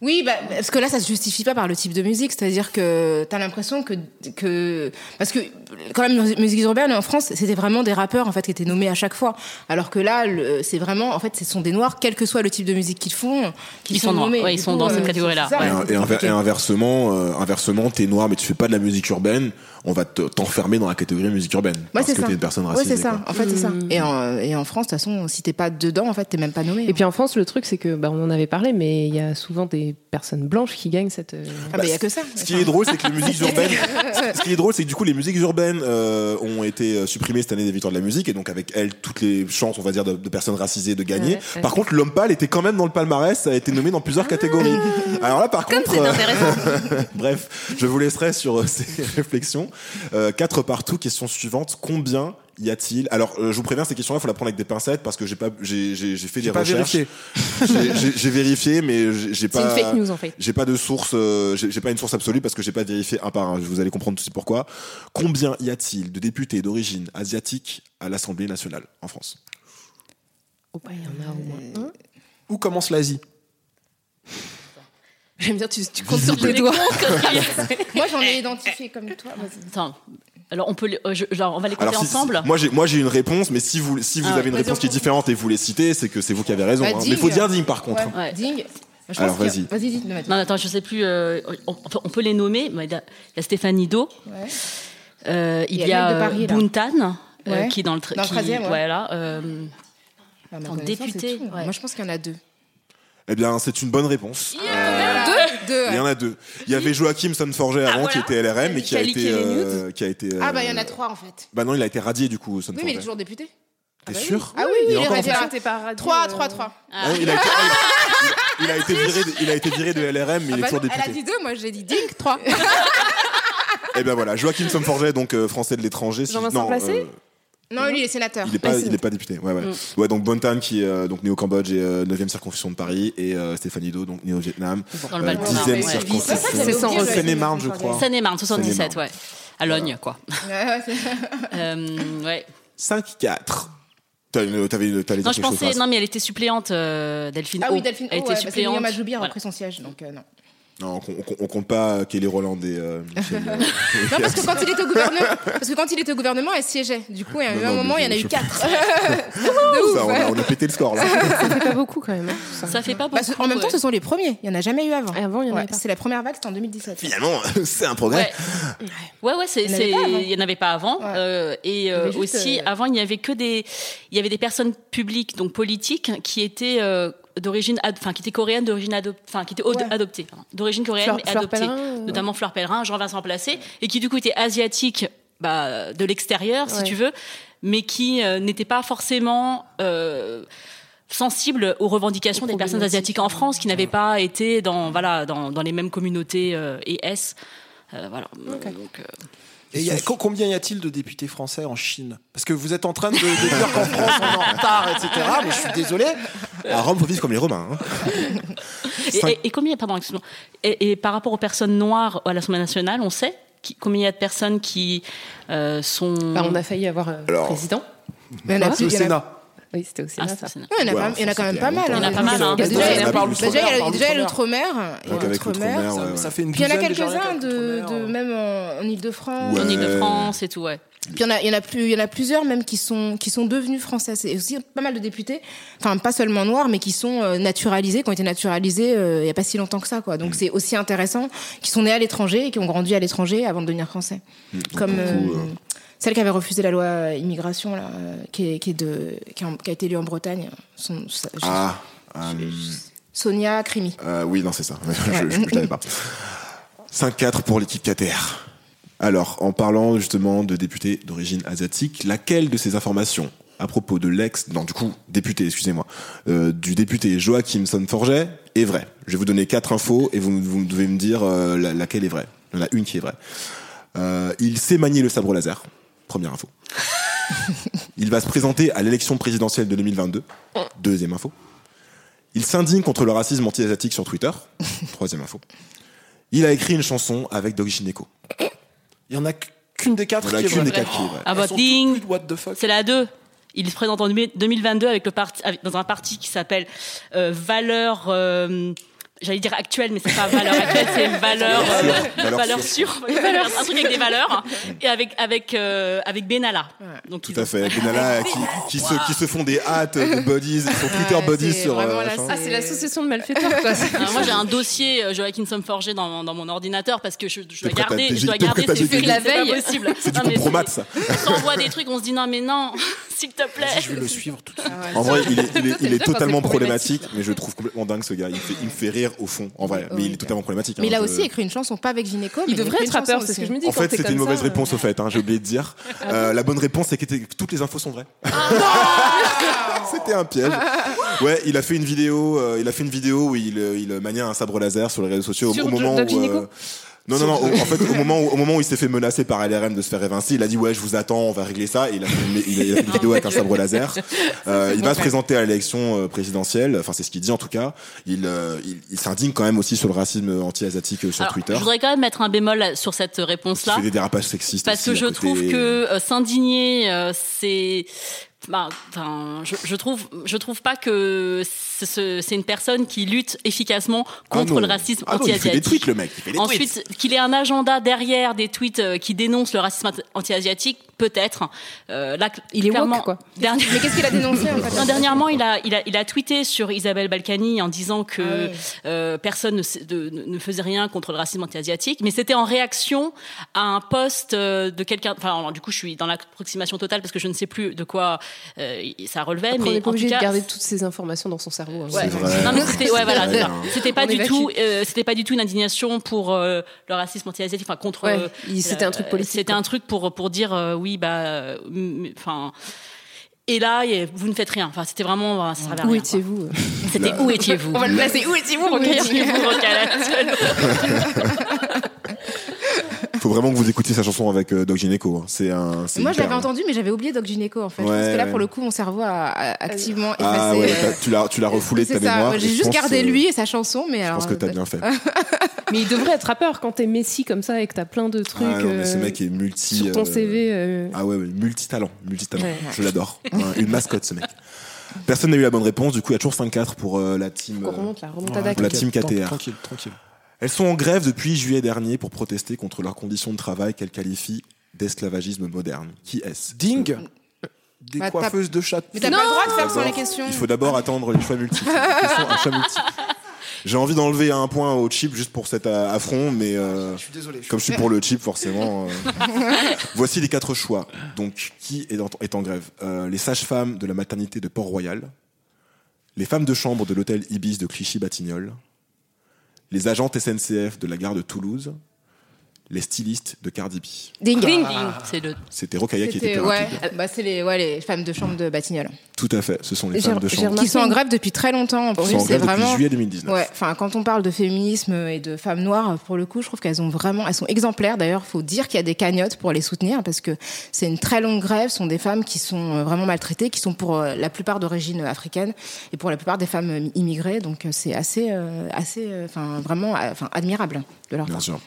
S2: Oui, bah, parce que là, ça se justifie pas par le type de musique. C'est-à-dire que t'as l'impression que, que. Parce que, quand même, dans la musique urbaine, en France, c'était vraiment des rappeurs, en fait, qui étaient nommés à chaque fois. Alors que là, le- c'est vraiment. En fait, ce sont des noirs, quel que soit le type de musique qu'ils font, qu'ils
S1: Ils sont noirs,
S2: nommés.
S1: ouais,
S2: Du
S1: ils sont dans cette
S2: c'est-
S1: catégorie-là.
S2: c'est ça,
S4: Et,
S2: ouais,
S4: un-
S2: c'est
S4: et inver-
S2: compliqué.
S4: et inversement, euh, inversement, t'es noir mais tu fais pas de la musique urbaine, on va te- t'enfermer dans la catégorie musique urbaine parce
S2: c'est
S4: que
S2: ça.
S4: t'es une personne
S2: Ouais,
S4: racisée.
S2: c'est ça.
S4: quoi.
S2: En fait, c'est ça.
S1: Mm.
S2: Et en, et en France, de toute façon, si t'es pas dedans, en fait, t'es même pas nommé.
S5: Et puis en France, le truc, c'est que, bah, on en avait parlé, mais il y a souvent des personnes blanches qui gagnent cette. euh,
S2: ah, bah, y a que ça.
S4: Ce qui est drôle, c'est que les musiques urbaines, ce qui est drôle, c'est que du coup les musiques urbaines euh, ont été euh, supprimées cette année des Victoires de la musique et donc avec elles toutes les chances, on va dire, de, de personnes racisées de gagner.
S5: Ouais, ouais. Ah.
S4: Par contre, l'homme pâle était quand même dans le palmarès, ça a été nommé dans plusieurs catégories. Alors là, par contre, euh, bref, je vous laisserai sur euh, ces réflexions. Euh, quatre partout. Question suivante combien y a-t-il Alors, euh, je vous préviens, ces questions-là, faut la prendre avec des pincettes parce que j'ai pas, j'ai, j'ai, j'ai fait des
S6: pas
S4: recherches.
S6: vérifié.
S4: J'ai, j'ai- j'ai vérifié, mais j'ai, j'ai
S5: C'est
S4: pas.
S5: une fake news en fait.
S4: J'ai pas de source, euh, j'ai j'ai pas une source absolue parce que j'ai pas vérifié un par un. Vous allez comprendre aussi pourquoi. Combien y a-t-il de députés d'origine asiatique à l'Assemblée nationale en France
S5: il y en a bah, au moins.
S6: Où commence l'Asie
S7: J'aime bien, tu, tu comptes sur
S1: Je
S7: tes
S1: les
S7: doigts.
S1: compte.
S2: Moi, j'en ai identifié comme toi. Vas-y.
S1: Attends. Alors on peut, les- euh, je- genre on va les compter
S4: Alors, si- si-
S1: ensemble.
S4: moi j'ai moi j'ai une réponse, mais si vous si vous
S1: Ah,
S4: avez une
S2: vas-y,
S4: réponse
S2: on
S4: qui est
S2: compte.
S4: différente et vous les citez, c'est que c'est vous qui avez raison.
S2: Bah,
S4: hein. Mais
S2: digne.
S4: faut dire digne par contre.
S2: Ouais.
S4: hein.
S1: Ouais.
S2: Ding. Je
S4: Alors,
S2: pense qu'il y a-
S4: vas-y.
S2: Vas-y, dis-le maintenant.
S1: Non, attends, je sais plus. euh, on, on peut, on peut les nommer. mais Il y a il y a Stéphanie Do.
S2: Ouais.
S1: euh, il
S2: Il
S1: y
S2: y a
S1: a,
S2: le mec de Paris,
S1: euh,
S2: là.
S1: Bountan, euh,
S2: Ouais.
S1: qui est dans le, tr-
S2: Dans le
S1: qui-
S2: 13e, ouais.
S1: voilà, euh,
S2: Ah, ma
S1: En
S2: connaissance,
S1: député,
S2: c'est tout.
S1: ouais.
S2: Moi, je pense qu'il y en a deux.
S4: Eh bien, c'est une bonne réponse.
S2: Deux Deux.
S4: Il y en a deux. Il y avait Joachim Sanforger avant
S1: voilà.
S4: qui était LRM mais qui a
S1: Qui a
S4: été
S1: leaké les
S4: euh, qui a été euh,
S2: Ah, bah, il y en a trois, en fait.
S4: Bah non, il a été radié du coup
S2: Oui, mais il est
S4: Sanforger.
S2: toujours député.
S4: T'es sûr
S2: Ah oui, oui, il
S4: encore en
S2: aurait dit
S4: fonction
S2: 3, 3, 3.
S4: Ah non, il, a été, il a été viré, de- il a été viré de LRM, mais il est toujours
S2: Ah, bah elle a
S4: député.
S2: dit 2, moi j'ai dit ding, 3.
S4: Et ben voilà, Joachim Somforget, donc euh, français de l'étranger. si-
S5: Jean-Vincent
S4: non, euh,
S5: Placé
S2: non, lui, il est sénateur.
S4: il n'est pas, il est pas député. Ouais, ouais. ouais donc Bontan qui est euh, donc né au Cambodge et euh, 9e circonscription de Paris et euh, Stéphanie Do donc né au Vietnam,
S1: dans le
S4: euh,
S1: Val-de-Marne, ouais.
S4: 10e
S2: C'est ça que
S4: circonscription.
S2: j'avais
S5: C'est sans-
S2: oublié,
S4: Seine-et-Marne,
S2: ouais.
S4: je crois.
S1: Seine-et-Marne, 77, ouais. À Logne, quoi.
S2: Ouais, ouais, c'est-
S1: Euh, ouais.
S4: 5-4. T'as une- T'avais une- t'allais
S1: Non,
S4: dire
S1: je
S4: quelque chose.
S1: pensais.
S4: Raph
S1: Non, mais elle était suppléante, euh, Delphine.
S2: Ah
S1: Oh.
S2: oui, Delphine,
S1: Elle
S2: oh,
S1: était
S2: ouais, parce que
S1: suppléante.
S2: Myriam Ajoubir a
S1: Voilà.
S2: repris son siège, donc euh, non.
S4: Non, on, on- on compte pas Kelly Roland et. euh, Michel, euh,
S2: Non, parce que quand il était au gouvernement, parce que quand il était au gouvernement, elle siégeait. Du coup, à un
S4: Non, non,
S2: moment,
S4: mais
S2: il y en a
S4: je-
S2: eu
S4: je-
S2: 4.
S4: ça, on, a, on a pété le score là.
S5: Ça fait pas beaucoup quand même. hein, tout ça.
S1: Ça fait pas beaucoup.
S2: en même temps,
S1: ouais.
S2: ce sont les premiers. Il n'y en a jamais eu avant.
S5: Et avant, il y en
S2: Ouais,
S5: avait pas.
S2: C'est la première vague, c'était en 2017.
S4: Finalement, c'est un progrès.
S1: Ouais. Ouais, ouais, c'est,
S2: Il y en
S1: c'est-
S2: avait pas avant.
S1: il y en avait pas avant.
S2: Ouais.
S1: Euh, et euh,
S5: avait juste,
S1: aussi,
S5: euh,
S1: avant, il n'y avait que des, il y avait des personnes publiques, donc politiques, qui étaient euh, d'origine, ad- enfin, qui étaient coréennes, d'origine adop- enfin, qui étaient od-
S2: Ouais.
S1: adoptées, pardon. d'origine coréenne,
S5: Fleur-
S1: mais
S5: Fleur
S1: adoptées.
S5: Pellerin, euh,
S1: notamment Fleur Pellerin, Jean-Vincent Placé, et qui du coup étaient asiatiques, bah, de l'extérieur, si
S5: Ouais.
S1: tu veux, mais qui euh, n'étaient pas forcément euh, sensibles aux revendications
S5: Aux
S1: des personnes
S5: problématiques.
S1: asiatiques en France, qui n'avaient pas été dans, voilà, dans, dans les mêmes communautés euh, et S. Euh, voilà. Donc, euh,
S6: Et il y a- co- combien y a-t-il de députés français en Chine Parce que vous êtes en train de, de dire qu'en France on est en retard, etc. Mais je suis désolé.
S4: À Rome, faut vivre comme les Romains. hein.
S1: Et,
S4: Cinq-
S1: et- et combien, pardon, excuse-moi. et, et par rapport aux personnes noires à l'Assemblée nationale, on sait qui- combien il y a de personnes qui euh, sont.
S5: Bah, on a failli avoir euh,
S4: Alors-
S5: président.
S2: Mais il y en a
S6: Le
S2: plus, il y en a-
S6: Hein Sénat.
S5: Oui, c'était aussi
S1: Ah,
S5: là,
S1: c'est
S5: ça.
S1: fascinant.
S2: Non, Il y en a
S4: Ouais,
S2: pas-
S4: enfin,
S2: il y en a quand même
S4: c'était
S2: pas
S4: il y a
S2: mal.
S1: longtemps.
S2: hein.
S1: Il y en a pas mal, hein.
S2: Déjà, il y
S4: Ouais, par
S2: a- déjà, il y a- déjà,
S6: l'outre-mer,
S2: il y a
S6: par
S2: l'outre-mer. et
S4: Donc avec
S2: l'outre-mer.
S4: l'outre-mer, Ah, ouais, ouais.
S6: Ça fait une
S2: Puis il y en a
S6: douzaine déjà,
S2: quelques-uns
S6: rien qu'avec
S2: de,
S6: l'outre-mer,
S2: de-
S6: hein.
S2: même en, en Ile-de-France.
S4: Ouais.
S1: En Ile-de-France et tout, ouais.
S2: Puis il y en a, il y en a plus, il y en a plusieurs même qui sont qui sont devenus françaises. Et aussi pas mal de députés, enfin pas seulement noirs, mais qui sont euh, naturalisés, qui ont été naturalisés euh, il y a pas si longtemps que ça, quoi.
S4: Mm.
S2: Donc c'est aussi intéressant, qui sont nés à l'étranger et qui ont grandi à l'étranger avant de devenir français.
S4: Mm.
S2: Comme
S4: beaucoup,
S2: euh,
S4: euh.
S2: celle qui avait refusé la loi euh, immigration là, euh, qui est, qui est de qui a, qui a été élue en Bretagne. Son- sa- je-
S4: Ah, euh,
S2: Sonia Crimi.
S4: euh, oui, non, c'est ça.
S2: Ouais.
S4: je je, je l'avais pas. 5-4 pour l'équipe KTR. Alors, en parlant justement de députés d'origine asiatique, laquelle de ces informations à propos de l'ex, non, du coup, député, excusez-moi, euh, du député Joachim Sonforget est vraie Je vais vous donner quatre infos et vous, vous devez me dire euh, la- laquelle est vraie. Il y en a une qui est vraie. Euh, il sait manier le sabre laser. Première info. il va se présenter à l'élection présidentielle de 2022. Deuxième info. Il s'indigne contre le racisme anti-asiatique sur Twitter. Troisième info. Il a écrit une chanson avec Dogi Shineko.
S6: Il y en a qu'une des quatre
S4: Voilà,
S6: qui est
S4: qu'une
S6: vraie.
S4: des quatre qui est vraie.
S1: Ah
S6: Elles
S1: bah,
S6: sont
S1: ding.
S6: toutes what the fuck.
S1: C'est la 2. Il se présente en 2022 avec le parti, avec- dans un parti qui s'appelle euh, Valeur. euh, J'allais dire actuelle, mais c'est pas valeur actuelle, c'est valeur,
S4: Valeur
S1: euh,
S4: sûre. Valeur
S1: valeur sûre. Un truc avec des valeurs. hein. Et avec, avec, euh, avec Benalla. Donc,
S4: Tout
S1: ils ont-
S4: à fait. Benalla qui, qui, se, qui se font des hâtes de buddies, son Twitter
S2: Ouais,
S4: buddies
S2: c'est
S4: sur.
S2: vraiment
S4: euh,
S2: la
S4: machin.
S5: Ah, c'est l'association de malfaiteurs, quoi.
S1: Alors, moi, j'ai un dossier euh, Joachim Somforger dans, mon- dans mon ordinateur parce que je, je dois
S4: prête à
S1: garder, je
S4: Gégé-
S1: dois
S4: t'es prête
S1: garder
S4: à
S1: ces
S4: Gégé-
S1: faits,
S5: La
S1: C'est pas
S5: veille.
S1: possible.
S4: C'est du
S1: Non, mais
S4: compromat,
S1: c'est-
S4: ça.
S1: On s'envoie des trucs, on se dit non, mais non, s'il te plaît.
S6: Vas-y, Je vais le suivre tout de suite.
S4: En vrai, il est, il est- il est
S5: Enfin,
S4: totalement
S5: c'est problématique.
S4: problématique, mais je le trouve complètement dingue ce gars. Il me fait, il me fait rire au fond, en vrai. Mais il est totalement problématique.
S2: Mais
S4: hein.
S2: il a
S4: Je-
S2: aussi écrit une chanson, pas avec Gynéco. mais
S5: Il
S2: a
S5: devrait
S2: écrit
S5: être
S2: une
S5: rappeur,
S2: chanson
S5: c'est ce que
S2: aussi.
S5: je me dis.
S4: En
S5: quand
S4: fait,
S5: t'es
S4: c'était
S5: comme
S4: une mauvaise
S5: ça, Ah
S4: réponse au fait, hein, j'ai oublié de dire. Euh, la bonne réponse, c'est que t- toutes les infos sont vraies. c'était un piège. Ouais, il a fait une vidéo, euh, il a fait une vidéo où il, euh, il maniait un sabre laser sur les réseaux sociaux au-
S5: Sur
S4: au moment
S5: Doc
S4: où. euh,
S5: Gynéco
S4: non, non, non, au- en fait, au moment, où, au moment où il s'est fait menacer par LRM de se faire évincer, il a dit Ouais, je vous attends, on va régler ça. Et il a fait une, il a- il a fait une vidéo avec un sabre laser. Euh, il va se présenter à l'élection euh, présidentielle, enfin, c'est ce qu'il dit en tout cas. Il, euh, il, il s'indigne quand même aussi sur le racisme anti-asiatique euh, sur
S1: Alors,
S4: Twitter.
S1: Je voudrais quand même mettre un bémol là, sur cette
S4: Il
S1: réponse-là.
S4: fait des dérapages sexistes.
S1: Parce
S4: aussi,
S1: que
S4: à
S1: je
S4: côté.
S1: trouve que euh, s'indigner, euh, c'est. bah, enfin, je, je trouve, je trouve pas que c'est ce- c'est une personne qui lutte efficacement
S4: Ah
S1: contre
S4: non.
S1: le racisme
S4: Ah non, Il fait des
S1: anti-asiatique.
S4: tweets, le mec. Il fait des tweets.
S1: Ensuite, qu'il ait un agenda derrière des tweets euh, qui dénoncent le racisme ant- anti-asiatique, peut-être. Euh, là, il
S5: est
S1: clairement,
S5: woke, quoi.
S1: dernier-
S2: Mais qu'est-ce qu'il a dénoncé en fait
S1: Non, dernièrement, il a, il, a, il a tweeté sur Isabelle Balkany en disant que
S2: Ah ouais.
S1: euh, personne ne, s- de- ne- ne faisait rien contre le racisme anti-asiatique, mais c'était en réaction à un poste euh, de quelqu'un. Enfin, alors, du coup, je suis dans l'approximation totale parce que je ne sais plus de quoi euh, il- ça relevait,
S5: Après, on
S1: mais
S5: est
S1: en tout
S5: pas obligé
S1: cas.
S5: de garder toutes ces informations dans son cerveau. hein.
S1: Ouais.
S4: vrai.
S1: Non mais c'était ouais,
S4: C'est
S1: voilà,
S4: vrai,
S1: c'est ça.
S4: hein.
S1: c'était pas
S5: On
S1: du
S5: est
S1: tout euh, c'était pas du tout une indignation pour euh, le racisme anti-asiatique enfin contre
S5: Ouais,
S1: euh,
S5: il- c'était un truc
S1: euh,
S5: politique,
S1: c'était
S5: quoi.
S1: un truc pour pour dire euh, oui bah euh, m- enfin et là, il y a- vous ne faites rien. Enfin, c'était vraiment, voilà, ça servait à
S5: Où
S1: rien,
S5: étiez-vous euh
S1: quoi. C'était où étiez-vous
S2: On va le placer. Où étiez-vous
S1: Où
S2: Rocaille
S1: étiez-vous, Rocaille
S4: Faut vraiment que vous écoutiez sa chanson avec euh, Doc Gineco. hein. C'est un. c'est
S2: Moi, je
S4: hyper,
S2: l'avais
S4: hein.
S2: entendu, mais j'avais oublié Doc Gynéco en fait.
S4: Ouais,
S2: parce que là,
S4: ouais.
S2: pour le coup, mon cerveau a, a activement
S4: Ah ouais,
S2: effacé. euh,
S4: t'as- tu l'as, tu l'as refoulé de
S2: c'est
S4: ta
S2: ça,
S4: mémoire.
S2: ouais,
S4: et
S2: J'ai
S4: je
S2: juste
S4: pense,
S2: gardé
S4: euh,
S2: lui et sa chanson, mais
S4: Je
S2: alors. euh,
S4: pense que t'as bien fait. Ah,
S5: Mais il devrait être rappeur quand t'es Messi comme ça et que t'as plein de trucs
S4: Ah, non, mais ce
S5: euh,
S4: mec est multi.
S5: sur ton
S4: euh,
S5: CV. euh,
S4: Ah ouais, ouais, multitalent, multitalent.
S2: Ouais.
S4: Je l'adore. Ouais, Une mascotte, ce mec. Personne n'a eu la bonne réponse. Du coup, il y a toujours 5-4 pour euh, la team.
S5: qu'on
S4: euh,
S5: remonte la remontada.
S4: Ouais. la team KTR.
S6: Tranquille, tranquille.
S4: Elles sont en grève depuis juillet dernier pour protester contre leurs conditions de travail qu'elles qualifient d'esclavagisme moderne. Qui est-ce
S6: Ding Des
S2: Bah, t'as-
S6: coiffeuses de chat.
S2: Mais t'as pas le droit de faire sans
S4: D'abord,
S2: la question.
S4: Il faut d'abord attendre les choix multiples. Les questions à choix multiples. J'ai envie d'enlever un point au chip juste pour cet euh, affront, mais euh,
S6: Je suis désolé.
S4: comme je suis pour le chip, forcément. euh, Voici les quatre choix. Donc, qui est en, est en grève Euh, Les sages-femmes de la maternité de Port-Royal, les femmes de chambre de l'hôtel Ibis de Clichy-Batignolles, les agentes SNCF de la gare de Toulouse, les stylistes de Cardi B.
S2: Ding.
S1: Ding, ding. C'est le.
S4: C'était Rocaille qui était
S2: C'était-
S4: plus
S2: ouais,
S4: rapide.
S2: bah, c'est les, ouais, les femmes de chambre de Batignolles.
S4: Tout à fait, ce sont les
S5: J'ai-
S4: femmes de
S5: j'ai
S4: chambre.
S5: remarqué-
S2: Qui sont en grève depuis très longtemps. En
S4: Ils
S2: plus,
S4: sont en
S2: c'est
S4: grève depuis
S2: vraiment.
S4: juillet 2019.
S2: Ouais, enfin, quand on parle de féminisme et de femmes noires, pour le coup, je trouve qu'elles ont vraiment, elles sont exemplaires. D'ailleurs, faut dire qu'il y a des cagnottes pour les soutenir parce que c'est une très longue grève. Ce sont des femmes qui sont euh, vraiment maltraitées, qui sont pour euh, la plupart d'origine euh, africaine et pour la plupart des femmes euh, immigrées. Donc, euh, c'est assez, euh, assez, euh, enfin, vraiment, euh, enfin, admirable de leur
S4: Bien
S2: part.
S4: sûr.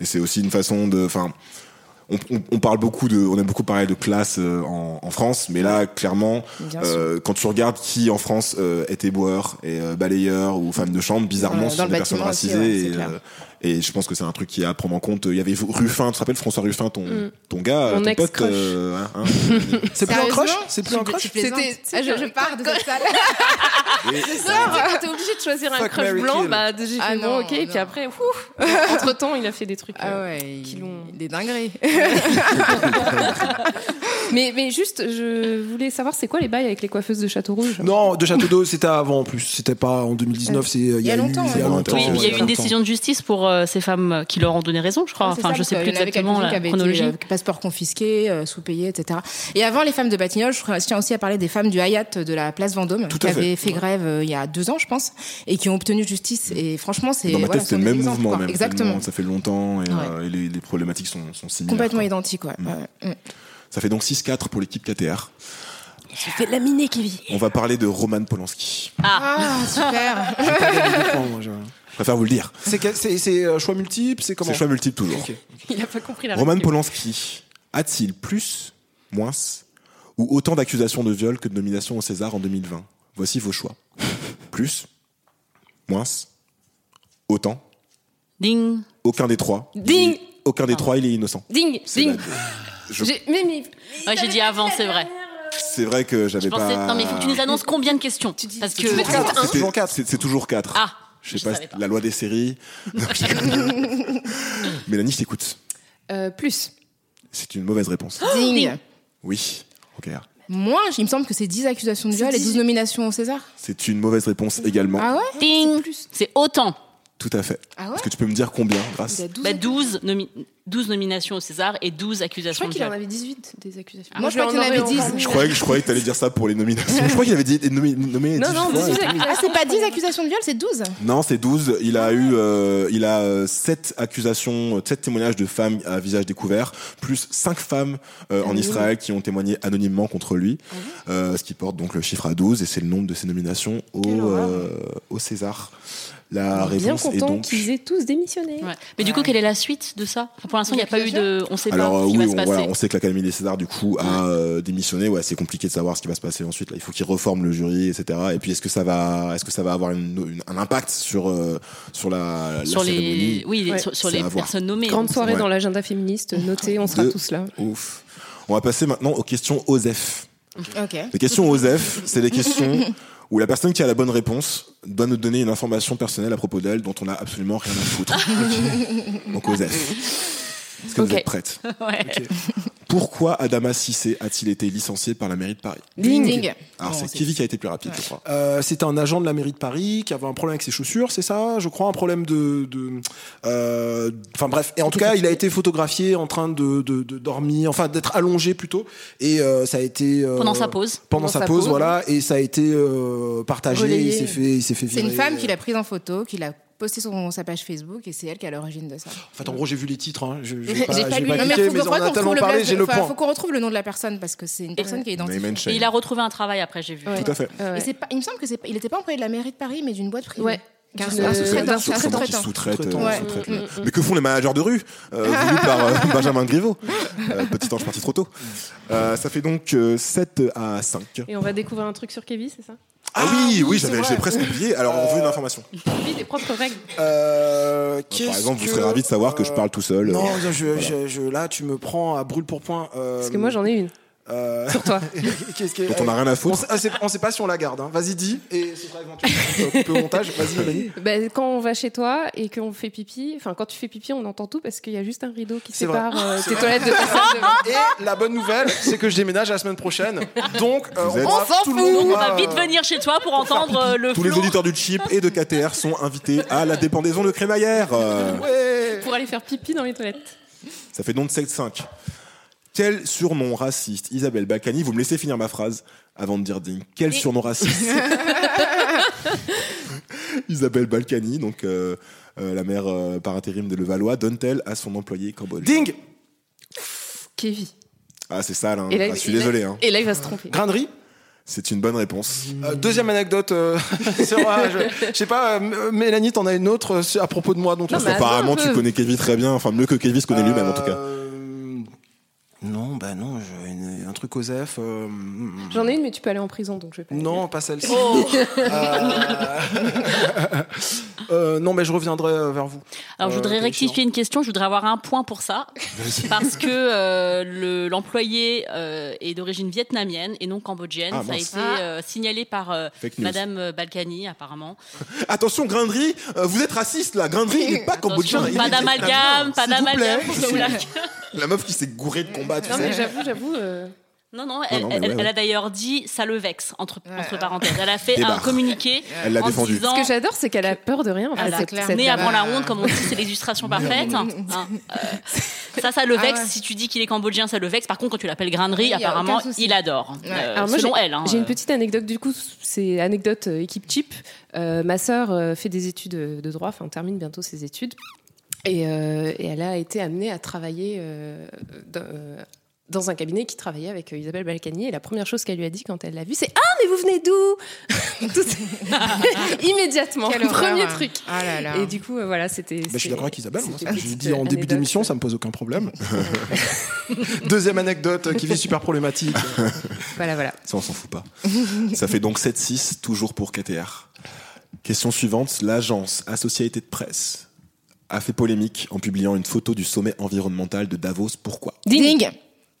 S4: Et c'est aussi une façon de. Enfin, on, on- on parle beaucoup de, on a beaucoup parlé de classe euh, en, en France, mais là, clairement,
S2: Bien
S4: euh, quand tu regardes qui en France euh, était boueur et euh, balayeur ou femme de chambre, bizarrement,
S2: Dans
S4: ce
S2: le
S4: sont des personnes
S2: bâtiment aussi,
S4: racisées.
S2: ouais, c'est
S4: et,
S2: clair.
S4: euh, et je pense que c'est un truc qui est à prendre en compte. Il y avait Ruffin, tu te rappelles François Ruffin, ton,
S5: Mm.
S4: ton gars,
S5: Mon
S4: ton pote.
S5: ex-crush.
S4: euh, hein, hein.
S6: C'est plus un
S2: Sérieusement
S6: crush C'est plus un crush
S2: C'était- Ah, je, je pars de cette salle.
S5: quand t'es obligé de choisir un
S6: Fuck,
S5: crush
S6: marry,
S5: blanc,
S6: kill.
S5: bah j'ai
S2: Ah
S5: fait
S2: non,
S5: bon, ok. Et puis
S2: non.
S5: après, ouf, entre temps, il a fait des trucs. euh,
S2: Ah ouais,
S5: Qui
S2: il-
S5: l'ont-
S2: des dingueries.
S5: Mais, mais juste, je voulais savoir, c'est quoi les bails avec les coiffeuses de Château Rouge
S6: Non, de Château d'Eau, c'était avant en plus. C'était pas en 2019, c'est Ah euh, il y,
S2: y a
S6: eu-
S2: longtemps,
S6: Il y a
S4: hein.
S6: longtemps.
S4: Oui,
S1: Oui, il y
S4: ouais,
S1: a eu une
S6: longtemps.
S1: décision de justice pour euh, ces femmes euh, qui leur ont donné raison, je crois.
S2: Ouais, c'est
S1: Enfin,
S2: ça,
S1: je sais
S2: parce
S1: plus
S2: qu'il y en avait
S1: exactement
S2: quelques-unes
S1: la
S2: qui avaient
S1: chronologie.
S2: été, euh, passeport confisqué, euh, sous-payé, etc. Et avant les femmes de Batignolles, je crois- je tiens aussi à parler des femmes du Hayat de la place Vendôme,
S4: Tout
S2: qui
S4: à fait.
S2: avaient fait grève euh, il y a deux ans, je pense, et qui ont obtenu justice. Et franchement, c'est
S4: Dans ma
S2: voilà,
S4: tête, c'était
S2: c'est
S4: le même
S2: un exemple,
S4: mouvement,
S2: quoi.
S4: même.
S2: Exactement.
S4: Tellement Ça fait longtemps et,
S2: Ouais.
S4: euh, et les, les problématiques sont, sont similaires.
S2: Complètement
S4: quoi.
S2: identique, ouais. Ouais. Mm.
S4: Ça fait donc 6-4 pour l'équipe KTR.
S5: J'ai fait laminer, Kevin.
S4: On va parler de Roman Polanski.
S2: Ah, super.
S4: Je préfère vous le dire.
S6: C'est que- C'est c'est, euh, choix multiple, c'est comment
S4: C'est choix multiple toujours.
S6: Ok.
S5: Il a pas compris la
S4: Roman
S5: règle.
S4: Polanski a-t-il plus, moins ou autant d'accusations de viol que de nominations au César en 2020 Voici vos choix. Plus, moins, autant,
S1: Ding.
S4: aucun des trois.
S5: Ding
S4: Aucun des trois, il est innocent.
S5: Ding
S4: C'est
S5: Ding
S4: la- je-
S5: J'ai- Mais, mais
S1: Ouais, j'ai dit avant, c'est vrai.
S4: C'est vrai que j'avais
S1: Je pensais.
S4: pas.
S1: Non, mais il faut que tu nous annonces combien de questions. Parce que.
S6: quatre.
S4: C'était-
S6: C'est toujours quatre.
S4: C'est c'est toujours 4.
S1: Ah,
S4: je
S1: je
S4: sais pas,
S1: savais pas.
S4: la loi des séries. Non, je déconne. Mélanie, je t'écoute.
S5: Euh, plus.
S4: C'est une mauvaise réponse.
S2: Ding.
S4: Oui, Rocaire.
S2: Moi, il me semble que c'est 10 accusations de viol et 12 nominations au César.
S4: C'est une mauvaise réponse également.
S2: Ah ouais
S1: Ding. C'est autant.
S4: Tout à fait.
S2: Ah ouais
S4: Est-ce que tu peux me dire combien, grâce
S2: Il a 12
S1: Bah, 12, nomi- 12 nominations au César et 12
S5: Je Ah,
S1: accusations
S5: crois
S1: de
S5: qu'il en
S1: viol.
S5: avait 18 des accusations.
S2: Moi, je crois qu'il en avait 10.
S4: Je croyais, que- je croyais que t'allais dire ça pour les nominations. Je crois qu'il avait dit nommé, nommé
S5: Non,
S4: 18
S5: non,
S4: fois.
S5: 18
S2: Ah, c'est pas 10 accusations de viol, c'est 12.
S4: Non, c'est 12. Il a eu, euh, il a euh, sept accusations, euh, sept témoignages de femmes à visage découvert, plus cinq femmes euh,
S2: Ah
S4: en Israël qui ont témoigné anonymement contre lui, euh, ce qui porte donc le chiffre à 12 et c'est le nombre de ses nominations au, euh, au César. La
S5: Bien
S4: réponse est
S5: content
S4: donc.
S5: qu'ils aient tous démissionné.
S1: Ouais. Mais du coup, quelle est la suite de ça Enfin, Pour l'instant, il n'y a pas eu de. On sait
S4: Alors
S1: pas
S4: euh,
S1: ce qui va
S4: oui,
S1: se
S4: on,
S1: passer.
S4: voilà, on sait que l'Académie des Césars du coup a euh, démissionné. Ouais, c'est compliqué de savoir ce qui va se passer ensuite. Là, il faut qu'ils reforment le jury, etc. Et puis est-ce que ça va, est-ce que ça va avoir une- une- un impact sur euh, sur la, la
S1: sur
S4: cérémonie
S1: les, oui, les-
S5: Ouais.
S1: sur, sur
S4: C'est
S1: les
S4: à voir.
S1: personnes nommées.
S5: Grande soirée
S4: Ouais.
S5: dans l'agenda féministe, notez, on sera
S4: Deux.
S5: tous là.
S4: Ouf. On va passer maintenant aux questions OSEF.
S2: Ok.
S4: Les questions OSEF, c'est les questions où la personne qui a la bonne réponse doit nous donner une information personnelle à propos d'elle dont on n'a absolument rien à foutre. Donc OSEF. Est-ce que vous
S5: Ok.
S4: êtes prête
S1: Ouais.
S4: Pourquoi Adama Cissé a-t-il été licencié par la mairie de Paris
S2: Ding.
S4: Alors
S2: Bon,
S4: c'est
S2: c'est-
S4: Kivi qui a été plus rapide, je crois.
S6: Euh, c'était un agent de la mairie de Paris qui avait un problème avec ses chaussures, c'est ça Je crois un problème de. de- euh, Enfin bref, et en tout cas, il a été photographié en train de, de- de dormir, enfin d'être allongé plutôt, et euh, ça a été euh,
S1: Pendant sa pause.
S6: Pendant sa pause, voilà, et ça a été euh, partagé.
S5: Relayé.
S6: Il s'est fait, il s'est fait
S2: C'est une
S6: virer.
S2: femme qui l'a prise en photo, qui l'a postée sur sa page Facebook et c'est elle qui est à l'origine de ça.
S6: En fait, en gros, j'ai vu les titres. hein, Je, j'ai
S2: J'ai
S6: pas, j'ai
S2: pas lu.
S6: pas
S2: Non, mais
S6: cliqué,
S2: faut
S6: mais
S2: qu'on
S6: on en a
S2: retrouve
S6: tellement
S2: le
S6: parlé,
S2: blase-
S6: j'ai le
S2: enfin,
S6: point.
S2: faut qu'on retrouve le nom de la personne parce que c'est une personne qui est identifiée.
S4: Naiman
S1: Et
S4: Shane.
S1: il a retrouvé un travail après, j'ai vu.
S5: Euh, Ouais.
S4: Tout à fait.
S2: Et c'est pas, il me semble que c'est, pas- il n'était pas employé de la mairie de Paris, mais d'une boîte privée.
S5: Ouais.
S2: D'un
S5: D'une-
S4: Ah,
S2: sous-
S4: c'est
S2: sous-traitant,
S4: ça, sous-
S2: un
S4: sûrement qu'ils
S2: sous-traitant.
S4: sous-traitent, euh,
S6: Sous-traitant.
S2: Euh, Ouais.
S4: sous-traitent, ouais. Mais que font les managers de rue euh, voulus par euh, Benjamin Griveaux Euh, Petit ange parti trop tôt. Euh, ça fait donc euh, 7 à 5.
S5: Et on va découvrir un truc sur Kevin, c'est ça
S4: Ah
S6: oui,
S4: oui, oui,
S6: c'est
S4: j'avais
S6: vrai.
S4: j'ai presque oublié. Alors on veut une information.
S5: Kevin, des propres règles.
S6: Euh,
S4: Par
S6: qu'est-ce
S4: exemple, vous
S6: que-
S4: serez ravi de savoir que je
S6: euh,
S4: parle tout seul.
S6: Non,
S4: Euh,
S6: je, je-
S4: voilà.
S6: je- je- là, tu me prends à brûle pour point. euh,
S5: Parce que moi, j'en ai une. Pour toi.
S6: Qu'est-ce que-
S4: Dont on n'a rien à
S6: On
S4: foutre.
S6: sait, ah, c'est- on sait pas si on la garde. hein. Vas-y, dis. Et ce sera éventuellement coupé au montage. Vas-y, Mélanie.
S5: Ben, quand on va chez toi et qu'on fait pipi, enfin quand tu fais pipi, on entend tout parce qu'il y a juste un rideau qui
S6: C'est vrai.
S5: sépare euh, tes toilettes de ta salle de bain.
S6: Et la bonne nouvelle, c'est que je déménage la semaine prochaine. Donc, euh,
S4: Vous êtes-
S6: aura-
S1: On s'en
S6: tout
S1: fout
S6: le monde
S1: On va
S6: aura-
S1: vite venir chez toi pour entendre euh, le
S4: Tous les
S1: flot.
S4: auditeurs du chip et de KTR sont invités à la dépendaison de crémaillère. Euh,
S6: Ouais.
S5: pour aller faire pipi dans les toilettes.
S4: Ça fait donc 7-5. Quel surnom raciste, Isabelle Balkany, vous me laissez finir ma phrase avant de dire ding. Quel surnom raciste Isabelle Balkany, donc euh, euh, la mère euh, par intérim de Levallois, donne-t-elle à son employé cambodgien
S6: Ding
S5: Kevin.
S4: Ah, c'est sale, hein.
S5: Et là,
S4: Ah, je suis
S5: il-
S4: désolé. hein.
S5: Et là, il va se tromper.
S6: Grinderie
S4: C'est une bonne réponse.
S6: Euh, Deuxième anecdote. euh, sera, je, je sais pas, euh, Mélanie, t'en as une autre euh, à propos de moi dont
S5: Non,
S6: on
S4: Parce
S5: mais attends
S4: qu'apparemment,
S5: un
S4: tu
S5: peu.
S4: connais Kevin très bien, enfin mieux que Kevin se connaît lui-même en tout cas.
S6: Euh, bah truc OSEF. euh,
S5: J'en ai une, mais tu peux aller en prison, donc je Oh. vais pas. la
S6: Non,
S5: dire.
S6: pas celle-ci. Euh, euh, non, mais je reviendrai euh, vers vous.
S1: Alors, je
S6: Euh,
S1: voudrais
S6: bien
S1: rectifier
S6: sûr.
S1: une question. Je voudrais avoir un point pour ça. parce que euh, le- l'employé euh, est d'origine vietnamienne et non cambodgienne.
S4: Ah,
S1: ça a
S4: mince.
S1: été euh, signalé par euh,
S4: Fake news.
S1: Madame euh, Balkany, apparemment.
S4: Euh, Attention, Grindry, euh, vous êtes raciste là. Grindry, il n'est pas
S1: Attention,
S4: cambodgien. il est
S1: pas
S4: vietnamien.
S1: d'amalgame, pas
S4: S'il vous
S1: d'amalgame.
S4: plaît.
S1: pour Oula.
S4: La meuf qui s'est gourée de combat, tu
S5: Non,
S4: sais.
S5: mais j'avoue, j'avoue. euh,
S1: Non, non, elle,
S4: non, mais
S1: elle-
S4: ouais,
S1: elle
S4: ouais.
S1: a d'ailleurs dit ça le vexe, entre,
S2: Ouais,
S1: entre
S2: ouais.
S1: parenthèses. Elle a fait un
S4: Débarre.
S1: communiqué
S4: Elle l'a
S1: en
S4: défendu.
S1: disant
S5: Ce que j'adore, c'est qu'elle a peur de rien. en
S2: Ah,
S5: fait,
S2: c'est
S5: cette-
S2: clair.
S5: cette
S1: Né avant la
S2: Bah.
S1: honte, comme on dit, c'est l'illustration parfaite. Hein, euh, ça, ça le
S2: Ah
S1: vexe.
S2: ouais.
S1: Si tu dis qu'il est cambodgien, ça le vexe. Par contre, quand tu l'appelles
S2: Oui,
S1: grainerie,
S2: y a
S1: apparemment,
S2: aucun souci.
S1: il adore.
S2: Ouais.
S1: Euh,
S5: Alors moi,
S1: selon
S5: j'ai-
S1: elle. hein,
S5: J'ai une
S1: euh.
S5: petite anecdote du coup, c'est anecdote euh, équipe chip. Euh, ma sœur euh, fait des études euh, de droit, enfin termine bientôt ses études, et, euh, et elle a été amenée à travailler euh, dans, euh, dans un cabinet qui travaillait avec euh, Isabelle Balkany. Et la première chose qu'elle lui a dit quand elle l'a vue, c'est Ah mais vous venez d'où Tout- Immédiatement,
S2: Quelle horreur.
S5: premier truc.
S2: Ah là là.
S5: Et du coup, euh, voilà, c'était.
S6: Bah, je suis
S5: c'était-
S6: d'accord avec Isabelle. moi,
S5: c'était
S6: ça,
S5: une
S6: Je l'ai
S5: petite
S6: dit en début
S5: anecdote.
S6: d'émission, ça me pose aucun problème. Deuxième anecdote euh, qui est super problématique.
S5: Voilà, voilà.
S4: Ça, on s'en fout pas. Ça fait donc 7-6, toujours pour KTR. Question suivante. L'agence Associated Press a fait polémique en publiant une photo du sommet environnemental de Davos. Pourquoi
S2: Ding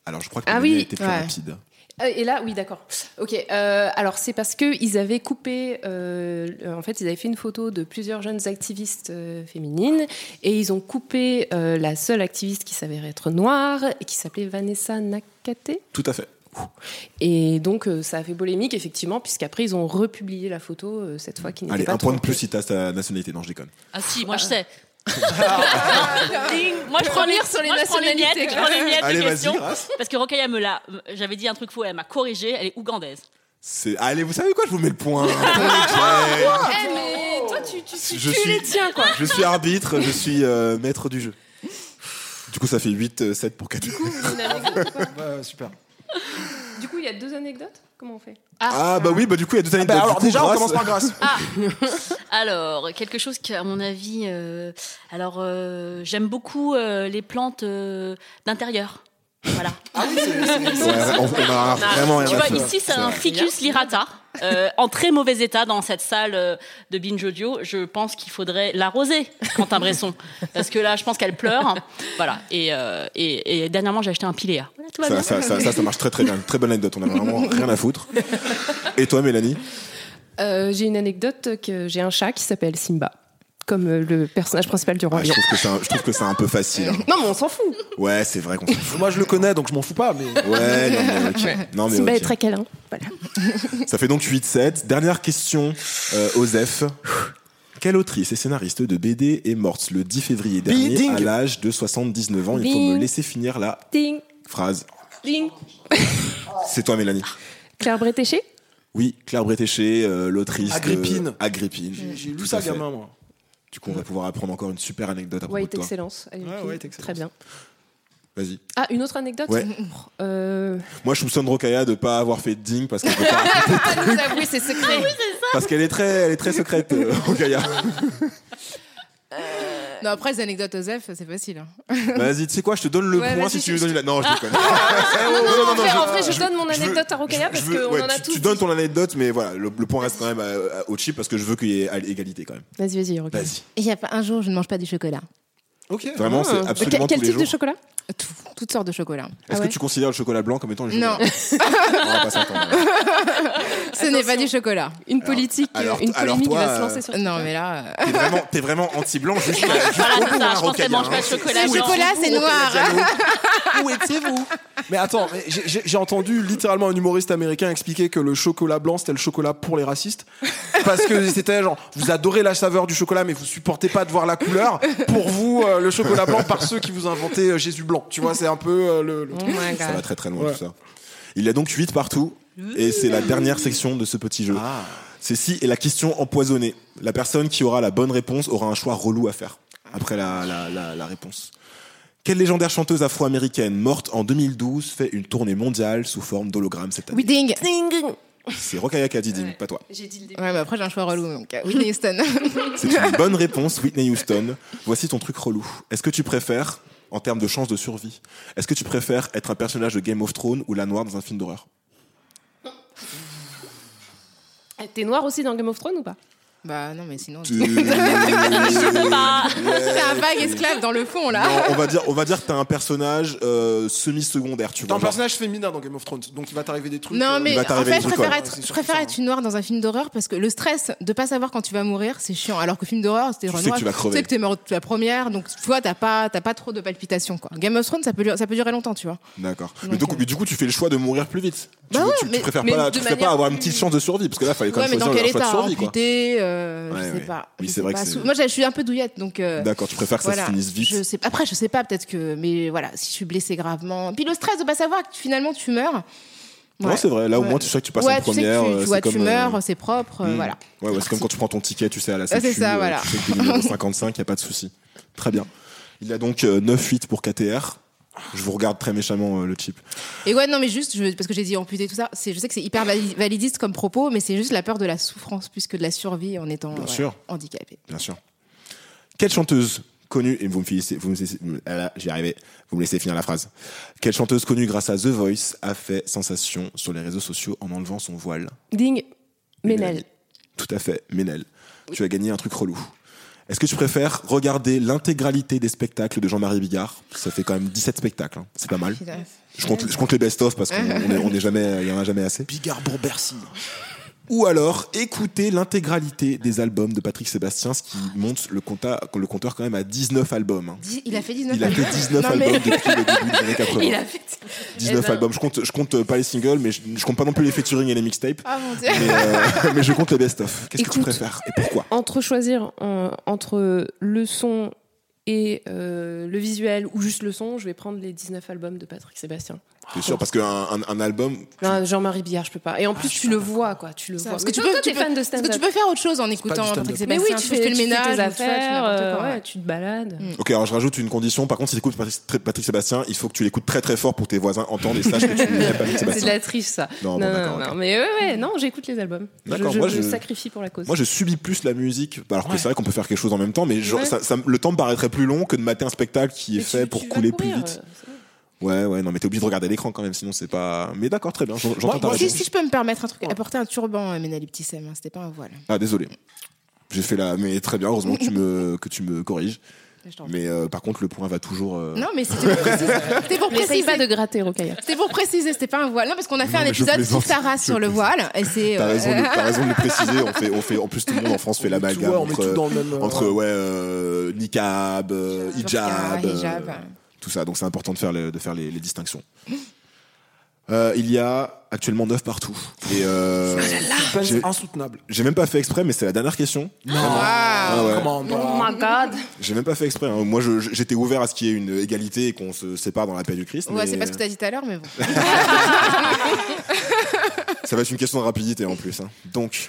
S4: Alors, je crois que
S5: Ah
S4: le
S5: oui,
S4: lien était plus
S2: ouais.
S4: rapide.
S5: Euh, Et là, oui, d'accord. Ok. euh, alors, c'est parce que ils avaient coupé. euh, en fait, ils avaient fait une photo de plusieurs jeunes activistes euh, féminines et ils ont coupé euh, la seule activiste qui s'avérait être noire, qui s'appelait Vanessa Nakate.
S4: Tout à fait.
S5: Et donc, euh, ça a fait polémique, effectivement, puisqu'après, ils ont republié la photo euh, cette fois qui n'était
S4: Allez,
S5: pas
S4: un point de
S5: trop-
S4: plus si t'as ta nationalité. Non, je déconne.
S1: Ah si, moi je sais. Ding. moi je prends les,
S5: Revenir sur les
S1: moi, je prends les miettes,
S5: nationalités,
S1: je prends les miettes
S4: Allez,
S1: de
S4: vas-y,
S1: questions.
S4: grâce.
S1: Parce que Rokaya me l'a, j'avais dit un truc faux, elle m'a corrigé, elle est ougandaise.
S4: C'est- Allez, vous savez quoi Je vous mets le point. Ok.
S5: Eh, mais toi, tu, tu, tu
S4: Je
S5: tues
S4: suis-
S5: les tiens, quoi.
S4: je suis arbitre, je suis euh, maître du jeu. Du coup, ça fait 8-7 pour KTR.
S5: Une anecdote, quoi.
S6: Ouais, super.
S4: Bah,
S5: Du coup, il y a deux anecdotes. Comment on fait
S4: Ah, bah oui, bah du coup, il y a deux anecdotes.
S6: Bah, alors
S4: Du coup,
S6: déjà, on
S4: grâce-
S6: commence par grâce.
S1: Alors, quelque chose qui, à mon avis, euh, alors euh, j'aime beaucoup euh, les plantes euh, d'intérieur. Voilà.
S4: Ouais, on, on a vraiment
S1: Ah,
S4: rien
S1: tu
S4: à
S1: vois,
S4: faire.
S1: ici, c'est un
S4: vrai.
S1: ficus lirata, euh, en très mauvais état dans cette salle euh, de binge audio. Je pense qu'il faudrait l'arroser, Quentin Bresson, parce que là, je pense qu'elle pleure. Voilà. Et, euh, et, et dernièrement, j'ai acheté un piléa. Voilà, tout va bien.
S4: Ça, ça, ça, ça, ça marche très très bien. Très bonne anecdote, on a vraiment rien à foutre. Et toi, Mélanie
S5: Euh, j'ai une anecdote que j'ai un chat qui s'appelle Simba, comme euh, le personnage principal du roi
S4: Ah, Je
S5: lion.
S4: trouve que c'est un- je trouve que c'est un peu facile. hein.
S5: Non, mais on s'en fout.
S4: Ouais, c'est vrai qu'on s'en fout.
S6: Moi, je le connais, donc je m'en fous pas. Mais
S4: Ouais, non mais ok. Non, mais
S5: Simba
S4: Ah, ok.
S5: est très câlin. Voilà.
S4: Ça fait donc 8-7. Dernière question, euh, Osef. Quelle autrice et scénariste de BD est morte le 10 février dernier
S6: Biding.
S4: à l'âge de 79 ans Il faut
S5: Bing.
S4: me laisser finir la
S5: Ding,
S4: phrase.
S5: ding.
S4: C'est toi, Mélanie.
S5: Claire Bretéché
S4: Oui, Claire Bretéché, euh, l'autrice de-
S6: Agrippine.
S4: Agrippine.
S6: j'ai j'ai
S4: Tout
S6: lu
S4: à
S6: ça,
S4: fait.
S6: gamin, moi.
S4: Du coup, on va pouvoir apprendre encore une super anecdote à propos
S5: White
S4: de toi.
S5: Excellence. Allez,
S6: Ouais,
S5: puis,
S6: White Excellence.
S5: Très bien.
S4: Vas-y.
S5: Ah, une autre anecdote
S4: Ouais.
S5: Euh,
S4: Moi, je soupçonne Rokaya de pas avoir fait de ding parce qu'elle peut pas-
S2: Ah,
S5: Nous avouer, c'est secret.
S4: parce qu'elle est très, elle est très secrète, euh, Rokaya.
S2: Non, après, les anecdotes Osef, c'est facile. hein.
S4: Vas-y, tu sais quoi, je te donne le
S5: Ouais,
S4: point
S5: vas-y,
S4: si tu
S5: je-
S4: veux donner la. Non, je déconne.
S5: non, Ah, non, en, vrai,
S4: je-
S5: en vrai, je, donne mon
S4: je veux-
S5: anecdote à Rokaya parce
S4: je veux-
S5: qu'on
S4: ouais,
S5: en a
S4: tu,
S5: tous.
S4: tu donnes ton anecdote, mais voilà, le, le point reste quand même à- à- au chip parce que je veux qu'il y ait à- égalité quand même.
S5: Vas-y, vas-y, Rokaya.
S4: Vas-y.
S2: Il y a pas un jour, je ne mange pas du chocolat.
S6: Ok.
S4: Vraiment,
S5: Ah.
S4: c'est absolument
S5: Quel- Quel
S4: tous les
S5: type
S4: jours.
S5: de chocolat
S2: Tout- toutes sortes de chocolat.
S4: Est-ce
S5: Ah ouais.
S4: que tu considères le chocolat blanc comme étant le
S2: Non.
S4: chocolat On va pas s'entendre.
S2: Ce n'est pas du chocolat.
S5: Une politique,
S4: alors-
S5: euh, une
S4: alors
S5: polémique
S4: toi,
S5: va se
S4: euh,
S5: lancer sur Ah,
S2: Non, mais là. euh,
S4: T'es vraiment, t'es vraiment anti-blanc jusqu'à jusqu'au
S1: Voilà,
S4: bout,
S1: c'est ça.
S4: hein,
S1: Je pense
S4: Rokaya,
S1: qu'elle mange
S4: hein.
S1: pas de chocolat.
S2: Le
S1: genre.
S2: chocolat, c'est noir.
S6: Où étiez-vous Mais attends, mais j'ai- j'ai j'ai entendu littéralement un humoriste américain expliquer que le chocolat blanc c'était le chocolat pour les racistes. Parce que c'était genre, vous adorez la saveur du chocolat, mais vous supportez pas de voir la couleur. Pour vous, euh, le chocolat blanc, par ceux qui vous inventaient euh, Jésus blanc. Tu vois, c'est un peu euh, le.
S2: Oh
S6: le-
S4: Ça va très très loin
S6: Ouais.
S4: tout ça. Il y a donc 8 partout et c'est la dernière section de ce petit jeu. Ceci est la question empoisonnée. La personne qui aura la bonne réponse aura un choix relou à faire après la, la- la- la réponse. Quelle légendaire chanteuse afro-américaine morte en 2012 fait une tournée mondiale sous forme d'hologramme cette année
S2: Oui, ding.
S4: C'est Rokaya Kadidin, pas toi.
S5: J'ai dit le début.
S2: Ouais, mais après, j'ai un choix relou. Donc, euh, Whitney Houston.
S4: C'est une bonne réponse, Whitney Houston. Voici ton truc relou. Est-ce que tu préfères en termes de chances de survie Est-ce que tu préfères être un personnage de Game of Thrones ou la noire dans un film d'horreur
S5: Eh, T'es noir aussi dans Game of Thrones ou pas
S2: Bah non, mais sinon.
S4: Tu- Euh,
S1: Bah,
S2: C'est un vague esclave dans le fond là.
S4: Non, on va dire, on va dire que t'as un personnage euh, semi-secondaire, tu
S6: T'es
S4: vois.
S6: un
S4: genre-
S6: personnage féminin dans Game of Thrones, donc il va t'arriver des trucs.
S2: Non,
S6: euh,
S2: mais
S4: va
S2: en
S4: t'arriver
S2: fait,
S4: des
S2: je
S4: trucs,
S2: préfère,
S4: ouais.
S2: être,
S6: Ouais,
S2: je
S6: c'est
S2: préfère
S6: sûr,
S2: être une noire dans un film d'horreur parce que le stress de pas savoir quand tu vas mourir, c'est chiant. Alors que film d'horreur, c'était genre
S4: sais que
S2: noir,
S4: tu vas crever.
S2: Tu sais que t'es mort la première, donc tu vois, t'as pas, t'as pas trop de palpitations quoi. Game of Thrones, ça peut, durer- ça peut durer longtemps, tu vois.
S4: D'accord.
S2: Donc,
S4: Mais, donc,
S2: euh,
S4: mais du coup, tu fais le choix de mourir plus vite. Tu,
S2: Bah
S4: veux-
S2: ouais,
S4: tu- tu
S2: mais-
S4: préfères
S5: mais
S4: pas, la-
S5: de
S4: tu préfères
S5: manière
S4: pas avoir une petite chance de survie, parce que là, il fallait quand
S2: Ouais,
S4: même
S2: mais dans
S4: choisir
S2: quel
S4: un choix
S2: état
S4: de survie, quoi.
S2: amputé, euh,
S4: Ouais,
S2: je sais
S4: ouais.
S2: pas. Je
S4: Oui, c'est
S2: sais
S4: vrai que
S2: pas.
S4: c'est-
S2: Moi, je suis un peu douillette, donc. euh,
S4: D'accord, tu préfères que ça
S2: Voilà.
S4: se finisse vite.
S2: Je sais pas. Après, je sais pas, peut-être que. Mais voilà, si je suis blessée gravement. Puis le stress de pas savoir que finalement tu meurs.
S4: Non, c'est vrai. Là, au
S2: Ouais.
S4: moins, tu sais que tu passes
S2: ouais,
S4: en première.
S2: Tu sais que tu,
S4: euh,
S2: tu
S4: c'est
S2: vois,
S4: comme,
S2: tu
S4: euh,
S2: meurs, c'est propre, euh,
S4: hmm.
S2: voilà.
S4: Ouais, ouais, c'est comme quand tu prends ton ticket, tu sais, à la
S2: c'est
S4: sécu.
S2: ça,
S4: euh,
S2: voilà.
S4: Tu sais que t'es numéro 55, il a pas de souci. Très bien. Il a donc euh, 9-8 pour KTR. Je vous regarde très méchamment euh, le chip.
S2: Et ouais, non, mais juste, je- parce que j'ai dit amputé, tout ça, c'est, je sais que c'est hyper vali- validiste comme propos, mais c'est juste la peur de la souffrance plus que de la survie en étant euh,
S4: sûr.
S2: handicapé.
S4: Bien sûr. Quelle chanteuse connue, et vous me finissez, vous me laissez, ah là, j'y arrivais, vous me laissez finir la phrase. Quelle chanteuse connue grâce à The Voice a fait sensation sur les réseaux sociaux en enlevant son voile
S5: Ding, Ménel.
S4: Tout à fait, Ménel. Tu as gagné un truc relou. Est-ce que tu préfères regarder l'intégralité des spectacles de Jean-Marie Bigard Ça fait quand même 17 spectacles, hein. c'est pas mal.
S2: Putain.
S4: Je compte, je compte les best-of parce qu'on on est, on est jamais, il y en a jamais assez.
S6: Bigard pour Bercy.
S4: Ou alors écouter l'intégralité des albums de Patrick Sébastien, ce qui monte le, compta- le compteur quand même à 19 albums. hein.
S2: Dix- Il a fait 19
S4: Il a fait
S2: albums.
S4: 19
S2: Non, mais-
S4: albums depuis le début des années 80.
S1: il a fait.
S4: 19
S1: Eh ben-
S4: albums. Je compte, je compte euh, pas les singles, mais je, je compte pas non plus les featuring et les mixtapes.
S2: Ah mon dieu.
S4: Mais, euh, mais je compte les best-of. Qu'est-ce que tu
S5: Écoute.
S4: préfères et pourquoi
S5: entre choisir en- entre le son et euh, le visuel ou juste le son, je vais prendre les 19 albums de Patrick Sébastien.
S4: C'est sûr, parce qu'un un, un album,
S5: Non, Jean-Marie Billard, je peux pas. Et en plus, tu le vois, quoi. Tu le
S2: Ça,
S5: vois. Parce
S2: mais
S5: que tu
S2: toi,
S5: peux,
S2: tu
S5: t'es fan de
S2: Parce que
S5: stand-up.
S2: tu peux faire autre chose en écoutant
S6: stand-up.
S2: Patrick
S5: Mais oui,
S2: Sébastien.
S5: tu fais,
S2: le
S5: tu fais
S2: ménage,
S5: tes
S2: ou tu fais- tu fais
S5: affaires,
S2: n'importe
S5: euh,
S2: quoi, ouais.
S5: ouais, Mm. tu te balades.
S4: ok, alors je rajoute une condition. Par contre, si tu écoutes Patrick, Patrick Sébastien, il faut que tu l'écoutes très très fort pour que tes voisins entendent et sachent que tu aimes Patrick
S5: C'est de
S4: Sébastien.
S5: la triche, ça.
S4: Non, Oh, bon,
S5: non,
S4: d'accord,
S5: non,
S4: ok.
S5: mais ouais, ouais, non, j'écoute les albums. Je,
S4: D'accord,
S5: je
S4: moi,
S5: me
S4: je-
S5: sacrifie pour la cause.
S4: Moi, je subis plus la musique, bah, alors que
S6: Ouais.
S4: c'est vrai qu'on peut faire quelque chose en même temps, mais genre,
S5: Ouais.
S4: ça- ça- le temps me paraîtrait plus long que de mater un spectacle qui est
S5: Mais tu-
S4: fait pour
S5: tu vas
S4: couler plus
S5: courir,
S4: vite.
S5: euh, c'est
S4: Ouais, ouais, non, mais t'es obligé de regarder l'écran quand même, sinon c'est pas. Mais d'accord, très bien, j'en- j'entends ta
S2: Si,
S4: raison.
S2: si je peux me permettre un truc, apporter un turban à Ménal Ibtissem, hein, c'était pas un voile.
S4: Ah, désolé. J'ai fait la. Mais très bien, heureusement que tu me, que tu me corriges.
S2: Je t'en prie.
S4: Mais euh, par contre, le point va toujours. euh,
S2: Non, mais c'était pour préciser. C'était pour
S5: bon. N'essaye
S2: préciser.
S5: pas de gratter, Rocaille.
S2: C'était pour préciser, c'était pas un voile. Non, parce qu'on a fait
S4: Non,
S2: un
S4: mais je
S2: épisode sur
S4: plaisante.
S2: Sarah sur le voile. Et c'est.
S4: T'as
S2: euh,
S4: raison, de- t'as raison de le préciser. On fait, on fait, en plus, tout le monde en France fait
S6: On met tout,
S4: l'amalgame
S6: ouais, on met
S4: entre,
S6: tout dans le même, euh,
S4: entre ouais, euh, niqab, euh,
S2: burqa,
S4: hijab, euh,
S2: hijab.
S4: tout ça. Donc c'est important de faire, le- de faire les, les distinctions. Euh, il y a actuellement 9 partout. Et
S6: Oh
S4: euh, j'ai-
S6: C'est insoutenable.
S4: j'ai même pas fait exprès, mais c'est la dernière question.
S2: Ah.
S4: Ah ouais.
S6: Comment on
S5: Oh
S6: parle
S5: my god.
S4: J'ai même pas fait exprès. hein. Moi, je- j'étais ouvert à ce qu'il y ait une égalité et qu'on se sépare dans la paix du Christ.
S2: euh, Ouais,
S4: mais-
S2: c'est pas ce que t'as dit tout à l'heure, mais bon.
S4: Ça va être une question de rapidité en plus. hein. Donc,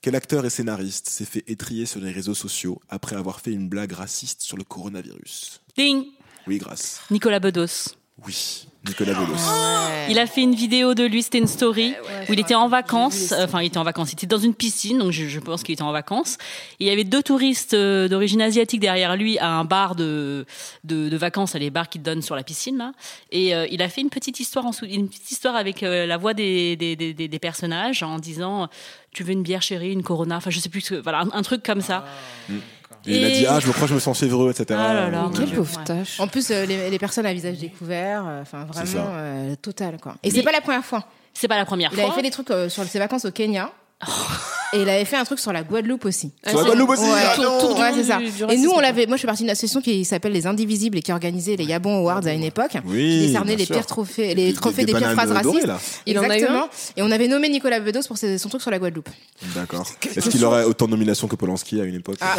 S4: quel acteur et scénariste s'est fait étrier sur les réseaux sociaux après avoir fait une blague raciste sur le coronavirus
S1: Ding
S4: Oui, grâce.
S1: Nicolas Bedos.
S4: Oui, Nicolas
S2: Oh.
S4: Bedos.
S1: Il a fait une vidéo de lui, c'était une story, où il était en vacances, euh, enfin il était en vacances, il était dans une piscine, donc je, je pense qu'il était en vacances. Il y avait deux touristes euh, d'origine asiatique derrière lui à un bar de, de, de vacances, à les bars qu'ils donnent sur la piscine, là. Et euh, il a fait une petite histoire, en sous- une petite histoire avec euh, la voix des, des, des, des- des personnages en disant euh, Tu veux une bière chérie, une corona Enfin je sais plus, ce que- voilà, un, un truc comme ça.
S4: Et il a dit Ah, je me crois, que je me sens fiévreux, etc.
S1: Ah là là.
S4: Ouais.
S1: Quel pauvre
S5: tâche.
S2: En plus, euh, les, les personnes à visage découvert, euh, enfin vraiment
S4: ça.
S2: euh, total quoi. Et c'est pas la première fois.
S1: C'est pas la première
S2: Il
S1: fois.
S2: avait fait des trucs euh, sur ses vacances au Kenya. Et il avait fait un truc sur la Guadeloupe aussi.
S4: Sur la Guadeloupe aussi,
S2: Ouais.
S4: ah
S5: Tour-
S4: non
S5: tour du-
S2: Ouais, c'est ça.
S5: du
S2: Et
S5: racisme,
S2: nous, on
S5: quoi.
S2: l'avait. Moi, je suis partie d'une association qui s'appelle les Indivisibles et qui organisait les Yabon Awards à une époque.
S4: Oui,
S2: qui décernait
S4: bien
S2: les
S4: sûr.
S2: pires trophées, les trophées des, pires
S4: bananes
S2: phrases
S4: dorées,
S2: racistes.
S4: là.
S5: Il en a eu
S2: Exactement. et on avait nommé Nicolas Bedos pour ses- son truc sur la Guadeloupe.
S4: D'accord. Est-ce qu'il aurait autant de nominations que Polanski à une époque
S2: Ah.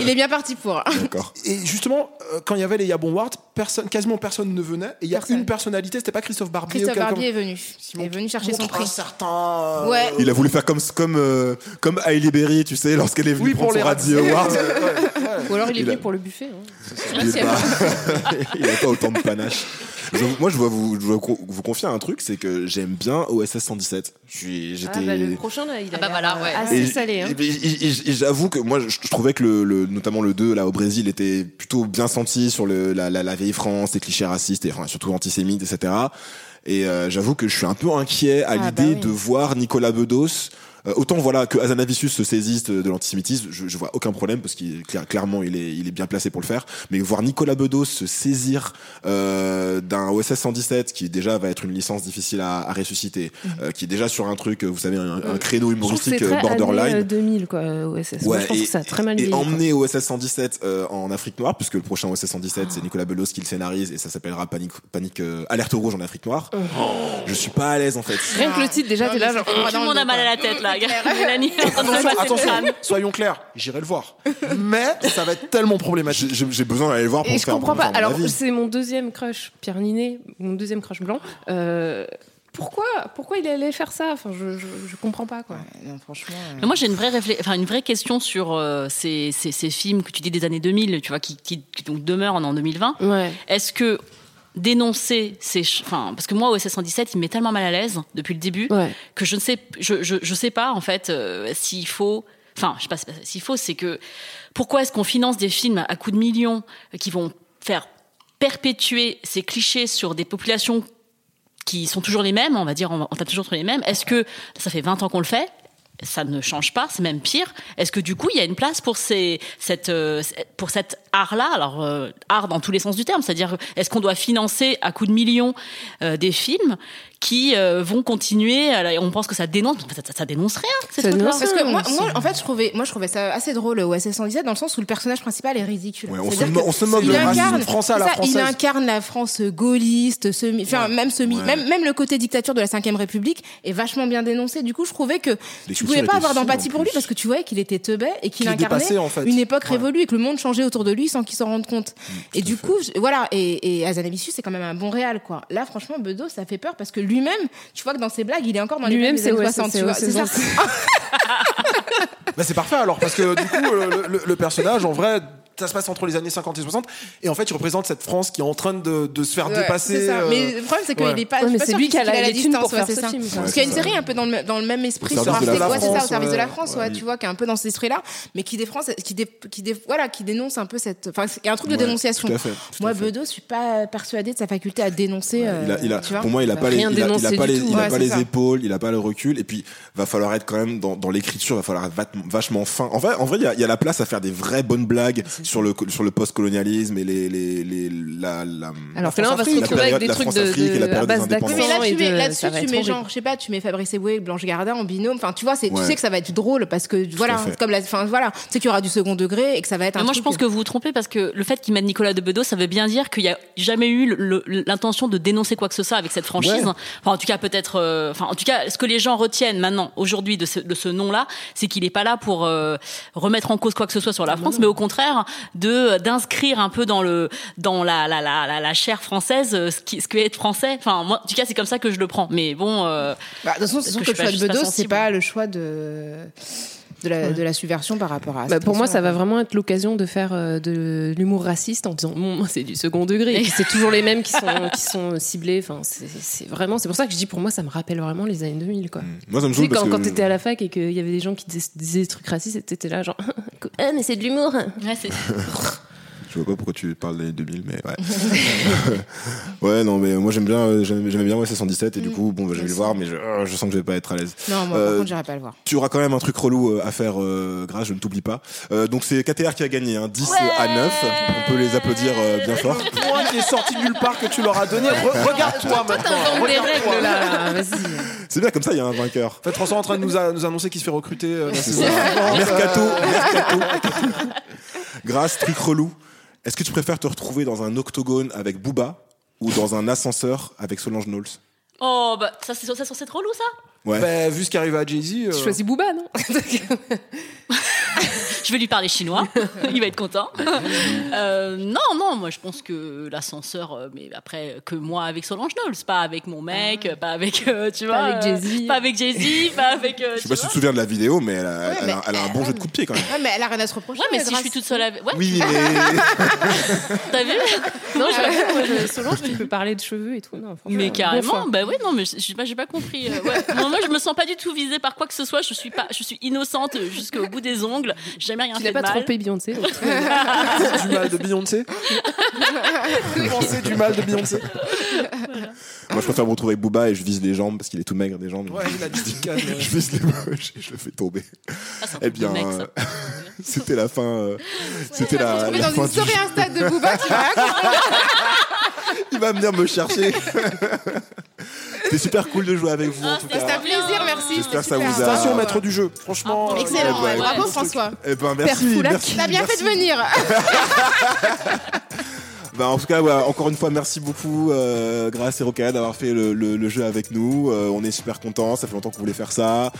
S2: il est bien parti pour.
S4: D'accord.
S6: Et justement, euh, quand il y avait les Yabon Ward, personne, quasiment personne ne venait. Et il y a
S2: Personne.
S6: une personnalité, c'était pas Christophe Barbier.
S2: Christophe
S6: auquel-
S2: Barbier est venu. Il est venu chercher son
S6: Montre un
S2: prix.
S6: certain. euh,
S2: Ouais.
S4: Il a voulu faire comme comme euh, comme Hailey Berry, tu sais, lorsqu'elle est venue
S6: Oui,
S4: prendre
S6: pour les
S4: son Radio Award.
S5: Ou alors il est
S4: Il
S5: venu
S4: a-
S5: pour le buffet. hein.
S4: Il est pas- il a pas autant de panache. Je- moi, je dois vous, je dois co- vous confier un truc, c'est que j'aime bien OSS 117. Je suis- J'étais.
S5: Ah, bah, le prochain, là, il a
S1: Ah bah voilà,
S5: l'air, euh,
S1: ouais.
S5: assez
S4: Et-
S5: salé. hein.
S4: et- et- et- et J'avoue que moi, je, je trouvais que le, le- notamment le 2 là au Brésil était plutôt bien senti sur le, la, la, la vieille France, les clichés racistes et enfin, surtout antisémites, etc. Et euh, j'avoue que je suis un peu inquiet à
S2: bah
S4: l'idée
S2: oui.
S4: de voir Nicolas Bedos. euh, autant voilà que Azanavicius se saisisse de, de l'antisémitisme, je, je vois aucun problème parce qu'il clair- clairement il est, il est bien placé pour le faire. Mais voir Nicolas Bedos se saisir euh, d'un OSS 117 qui déjà va être une licence difficile à, à ressusciter, euh, qui est déjà sur un truc, euh, vous savez, un, un créneau
S5: Je trouve que c'est
S4: humoristique
S5: très
S4: euh, borderline.
S5: année, euh, 2000, quoi, OSS. Moi, je pense que ça a très mal
S4: et
S5: vieilli. quoi.
S4: emmener OSS 117 euh, en Afrique noire, puisque le prochain OSS 117, c'est Nicolas Belos qui le scénarise et ça s'appellera Panique, panique euh, Alerte Rouge en Afrique noire.
S5: Oh.
S4: Je suis pas à l'aise en fait.
S5: Rien que le titre, déjà,
S2: Non,
S4: Ah,
S5: t'es
S2: mais
S5: là,
S2: c'est
S5: genre.
S2: froid
S1: Tout
S2: dans
S1: le monde
S2: dos,
S1: a mal à
S2: quoi.
S1: la tête là. Regarde, Mélanie est en train de
S6: Attention,
S1: passer le
S6: attention,
S1: crâne.
S6: soyons clairs, j'irai le voir. Mais ça va être tellement problématique.
S4: J'ai- J'ai j'ai besoin d'aller le voir pour
S5: Et
S4: me
S5: je
S4: faire,
S5: comprends
S4: pour me
S5: pas.
S4: faire mon
S5: Alors,
S4: avis.
S5: c'est mon deuxième crush, Pierre Ninet, mon deuxième crush blanc. Euh, pourquoi, pourquoi il allait faire ça Enfin, je, je, je comprends pas, quoi.
S2: Non, franchement. euh,
S1: Mais moi, j'ai une vraie, réflé- enfin, une vraie question sur euh, ces, ces- ces films que tu dis des années 2000, tu vois, qui, qui- qui donc demeurent en, en 2020.
S5: Ouais.
S1: Est-ce que dénoncer ces, ch- enfin, parce que moi, OSS 117, il m'est tellement mal à l'aise depuis le début
S5: Ouais.
S1: que je ne sais, je, je, je sais pas en fait euh, s'il faut. Enfin, je sais pas c'est pas ça. s'il faut, c'est que pourquoi est-ce qu'on finance des films à coups de millions euh, qui vont faire perpétuer ces clichés sur des populations qui sont toujours les mêmes, on va dire, on, on tape toujours sur les mêmes. Est-ce que ça fait 20 ans qu'on le fait ça ne change pas, c'est même pire. Est-ce que du coup, il y a une place pour ces, cette, euh, pour cet art-là Alors, euh, art dans tous les sens du terme, c'est-à-dire, est-ce qu'on doit financer à coups de millions euh, des films qui euh, vont continuer à la- On pense que ça dénonce, mais ça, ça- ça dénonce rien. ces
S5: Ça
S1: trucs-là.
S5: dénonce
S2: Parce que moi,
S5: c'est-
S2: moi, en fait, je trouvais, moi, je trouvais ça assez drôle au SS 117 dans le sens où le personnage principal est ridicule.
S4: Ouais, on, se
S2: C'est-à-dire
S4: mo-
S2: que
S4: on se moque
S2: il
S4: de la racisme.
S2: incarne,
S6: français à la
S2: c'est ça, il
S6: française.
S2: incarne la France gaulliste, semi, enfin même semi,
S4: Ouais.
S2: même même le côté dictature de la Ve République est vachement bien dénoncé. Du coup, je trouvais que tu pouvais
S4: cultures
S2: pas
S4: étaient
S2: avoir
S4: fines,
S2: d'empathie
S4: en
S2: pour lui
S4: plus.
S2: parce que tu voyais qu'il était teubé et qu'il
S6: Qu'il est
S2: incarnait
S6: dépassé, en fait.
S2: une époque
S6: Ouais.
S2: révolue et que le monde changeait autour de lui sans qu'il s'en rende compte.
S4: Mm,
S2: et du coup, je- voilà. Et, et Azanavicius, c'est quand même un bon réal, quoi. Là, franchement, Bedos, ça fait peur parce que lui-même, tu vois que dans ses blagues, il est encore dans les
S5: Lui-même,
S2: blagues des
S5: c'est
S2: années
S5: ouais,
S2: 60,
S5: c'est-
S2: tu vois.
S5: c'est-
S2: C'est ça.
S5: c'est-
S6: Bah, c'est parfait alors, parce que du coup, euh, le, le- le personnage, en vrai, ça se passe entre les années 50 et 60, et en fait, il représente cette France qui est en train de, de se faire
S2: Ouais,
S6: dépasser.
S2: c'est ça.
S6: euh,
S2: Mais le problème, c'est qu'il
S6: ouais.
S2: est pas.
S5: Ouais,
S2: je suis
S5: mais
S2: pas
S5: c'est
S2: sûre
S5: lui
S2: qu'il-
S5: qui a
S2: qu'il
S5: la- les thunes
S2: distance,
S5: pour
S2: ouais,
S5: faire
S2: c'est
S5: ce
S2: ça.
S5: film, quoi.
S2: Parce qu'il y a
S4: Ouais,
S2: une
S4: c'est
S2: série un peu dans le, dans le même esprit.
S4: Au
S2: sur
S4: service de
S2: Arte.
S4: la
S2: Ouais, c'est ça,
S6: France,
S2: au service de la
S6: ouais.
S2: France, ouais, tu vois, qui est un peu dans cet esprit-là, mais qui, défense, qui, dé- qui, dé- voilà, qui dénonce un peu cette. Enfin, il y a un truc
S4: Ouais,
S2: de dénonciation.
S4: tout à fait, tout
S2: Moi,
S4: à fait.
S2: Bedos, je suis pas persuadée de sa faculté à dénoncer.
S4: Ouais, il a- il a-
S2: euh, tu vois.
S4: pour moi, il a pas les,
S5: Rien
S4: il a- il a
S5: dénoncé
S4: pas
S5: du
S4: les,
S5: tout.
S4: il a
S2: Ouais,
S4: pas
S2: c'est
S4: les
S2: ça.
S4: épaules, il a pas le recul, et puis va falloir être quand même dans, dans l'écriture, va falloir être vat- vachement fin. En vrai, en vrai, il y a, il y a la place à faire des vraies bonnes blagues sur le sur le post-colonialisme et les les les la la.
S5: Alors que
S4: la
S5: là, on va se
S4: France-Afrique.
S5: retrouver avec des
S4: La
S5: trucs de,
S4: France-Afrique et la
S5: de- à
S4: période
S5: base
S4: des
S2: Oui,
S4: indépendances.
S2: mais là,
S5: d'accent et
S2: tu mets,
S5: de-
S2: là-dessus,
S5: ça va
S2: tu
S5: être
S2: mets
S5: horrible.
S2: genre, je sais pas, tu mets Fabrice Eboué et Blanche Gardin en binôme. Enfin, tu vois, c'est,
S4: Ouais.
S2: tu sais que ça va être drôle parce que, voilà,
S4: fait.
S2: comme la, enfin, voilà, tu sais qu'il y aura du second degré et que ça va être un
S1: Mais moi, je
S2: truc-
S1: pense que vous vous trompez parce que le fait qu'il mette Nicolas de Bedos, ça veut bien dire qu'il n'y a jamais eu le- le- l'intention de dénoncer quoi que ce soit avec cette franchise.
S6: Ouais.
S1: Enfin, en tout cas, peut-être. euh, Enfin, en tout cas, ce que les gens retiennent maintenant, aujourd'hui, de ce, de ce nom-là, c'est qu'il n'est pas là pour euh, remettre en cause quoi que ce soit
S2: Ah
S1: sur la France, mais au contraire, de d'inscrire un peu dans le dans la la la la, la chair française euh, ce qui ce qu'est être français. Enfin, moi, en tout cas, c'est comme ça que je le prends. Mais bon. euh,
S2: Bah, de toute façon,
S1: Parce
S2: c'est sûr
S1: que
S2: que
S1: je
S2: le
S1: suis pas- je suis pas
S2: choix de Bedos, c'est
S1: sensible.
S2: pas le choix de, de, la, de la subversion par rapport à
S5: Bah,
S2: cette
S5: pour moi,
S2: question-là.
S5: ça va vraiment être l'occasion de faire euh, de l'humour raciste en disant bon, c'est du second degré. Et puis, c'est toujours les mêmes qui sont, qui sont ciblés. Enfin, c'est- c'est vraiment, c'est pour ça que je dis pour moi, ça me rappelle vraiment les années 2000. Quoi.
S4: Moi, ça me
S5: Tu sais,
S4: saoule parce
S5: quand,
S4: que.
S5: quand t'étais à la fac et qu'il y avait des gens qui disaient, disaient des trucs racistes, et t'étais là, genre, ah, mais c'est de l'humour.
S1: ouais, c'est-
S4: je vois pas pourquoi tu parles l'année 2000, mais ouais. ouais, non, mais moi j'aime bien, euh, j'aimais j'aimais bien ouais, 117 et du
S2: Mm.
S4: coup, bon, bah, je vais le voir, mais je, euh, je sens que je vais pas être à l'aise.
S2: Non, moi,
S4: Euh,
S2: par contre, j'irai pas le voir.
S4: Tu auras quand même un truc relou euh, à faire, euh, grâce, je ne t'oublie pas. Euh, donc c'est KTR qui a gagné, hein, 10 à 9. On peut les applaudir euh, bien fort.
S6: Point qui est sorti de nulle part que tu leur as donné. Re- Regarde-toi maintenant.
S2: des
S6: Regarde-toi.
S2: règles, là. Vas-y.
S4: C'est bien comme ça, il y a un vainqueur.
S6: En fait, François est en train de nous, a- nous annoncer qu'il se fait recruter. euh, la saison suivante.
S4: Mercato, mercato. Grâce, truc relou. Est-ce que tu préfères te retrouver dans un octogone avec Booba ou dans un ascenseur avec Solange Knowles
S1: Oh, bah, ça, c'est, ça, c'est trop lourd, ça
S4: Ouais.
S6: Bah, vu ce qui arrive à Jay-Z. euh,
S5: Tu choisis Booba, non
S1: Je vais lui parler chinois, il va être content. Euh, non, non, moi, je pense que l'ascenseur, euh, mais après, que moi avec Solange Knowles, pas avec mon mec, euh, pas avec, euh, tu
S5: Ah. Pas
S1: vois...
S5: avec
S1: euh,
S5: Jay-Z.
S1: Pas avec Jay-Z, pas avec... euh,
S4: je
S1: tu
S4: sais pas si tu
S1: vois.
S4: te souviens de la vidéo, mais elle a,
S2: Ouais,
S4: elle a-
S2: mais-
S4: elle a un bon jeu de coup de pied quand même.
S2: Ouais, mais elle a rien à se reprocher.
S1: Ouais, mais
S2: la
S1: si je
S2: grâce.
S1: suis toute seule avec... Ouais,
S4: Oui, mais
S1: t'as vu
S5: Non, je l'avoue, Ah, moi, je- Solange, tu peux parler de cheveux et tout. Non, franchement,
S1: Mais
S5: bon
S1: carrément,
S5: choix.
S1: bah oui, non, mais je- je sais pas, j'ai pas compris. euh, ouais. Non, moi, je me sens pas du tout visée par quoi que ce soit. Je suis pas, je suis innocente jusqu'au bout des ongles. J'ai jamais rien
S5: Tu
S1: fait
S5: n'as
S1: de
S5: pas
S1: mal.
S5: trompé Beyoncé. donc.
S6: du mal de Beyoncé. Pensez du mal de Beyoncé.
S4: moi je préfère me retrouver avec Booba et je vise les jambes parce qu'il est tout maigre des jambes.
S6: Ouais, il a dit Dickane, ouais.
S4: je vise les poches et je le fais tomber.
S1: Ah, c'est un
S4: Eh
S1: truc de
S4: bien,
S1: mec,
S4: euh,
S1: ça.
S4: c'était la fin. euh,
S2: Tu
S4: c'était
S2: vas te
S4: la,
S2: retrouver
S4: la
S2: dans
S4: fin
S2: une
S4: du
S2: story
S4: jeu.
S2: Insta de Booba qui va
S4: Il va venir me chercher. C'était super cool de jouer avec vous en
S1: Ah,
S4: tout
S1: c'était
S4: cas.
S2: C'était un plaisir, merci.
S4: J'espère que ça
S2: Super.
S4: vous a-
S6: Station maître du jeu.
S1: Ah,
S6: Franchement. euh,
S2: Excellent,
S4: Ouais,
S2: ouais,
S4: ouais.
S2: bravo François.
S4: Eh ben merci,
S5: Foulac.
S4: merci.
S2: T'as bien
S4: merci.
S2: fait de venir.
S4: Bah, en tout cas, ouais, encore une fois, merci beaucoup, euh, Grace et Roca d'avoir fait le, le- le jeu avec nous. Euh, on est super contents. Ça fait longtemps qu'on voulait faire ça.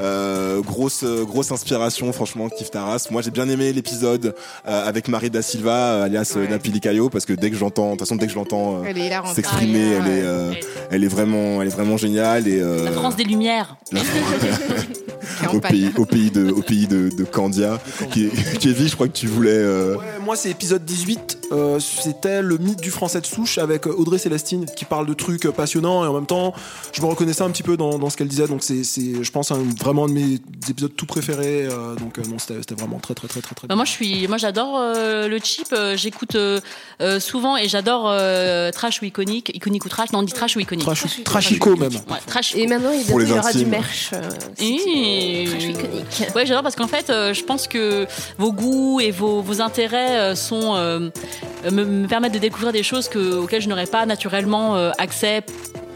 S4: Euh, grosse, euh, grosse inspiration, franchement, Kif Taras. Moi, j'ai bien aimé l'épisode euh, avec Marie da Silva, euh, alias euh,
S2: Ouais.
S4: Napi Licayo, parce que dès que j'entends, de toute façon, dès que je l'entends euh,
S2: Elle est hilarante.
S4: s'exprimer,
S2: Ah,
S4: elle est, euh, elle est vraiment, elle est vraiment géniale et euh,
S1: La France des Lumières.
S2: Elle est en
S4: au
S2: panne.
S4: pays, au pays de, au pays de, de Candia, qui est, qui est vie, je crois que tu voulais. euh,
S6: Ouais, moi, c'est épisode 18. euh, C'était le mythe du français de souche avec euh, Audrey Célestine qui parle de trucs euh, passionnants et en même temps, je me reconnaissais un petit peu dans, dans ce qu'elle disait. Donc, c'est, c'est, je pense, un- vraiment un de mes épisodes tout préférés. euh, donc, euh, non, c'était c'était vraiment très, très, très, très, très
S1: Bah,
S6: bien.
S1: moi, je suis, moi, j'adore euh, le chip. euh, J'écoute euh, euh, souvent et j'adore euh, trash ou iconique, iconique ou trash. Non, on dit trash ou iconique.
S6: Trash- trachico, même.
S1: Ouais, trash.
S5: Et maintenant, il,
S4: Pour les
S5: il y aura du
S4: intimes.
S5: merch. euh,
S1: Et-
S5: Trash euh, iconique.
S1: Mmh. Ouais, j'adore parce qu'en fait, euh, je pense que vos goûts et vos, vos intérêts euh, sont euh, me, me permettent de découvrir des choses que, auxquelles je n'aurais pas naturellement euh, accès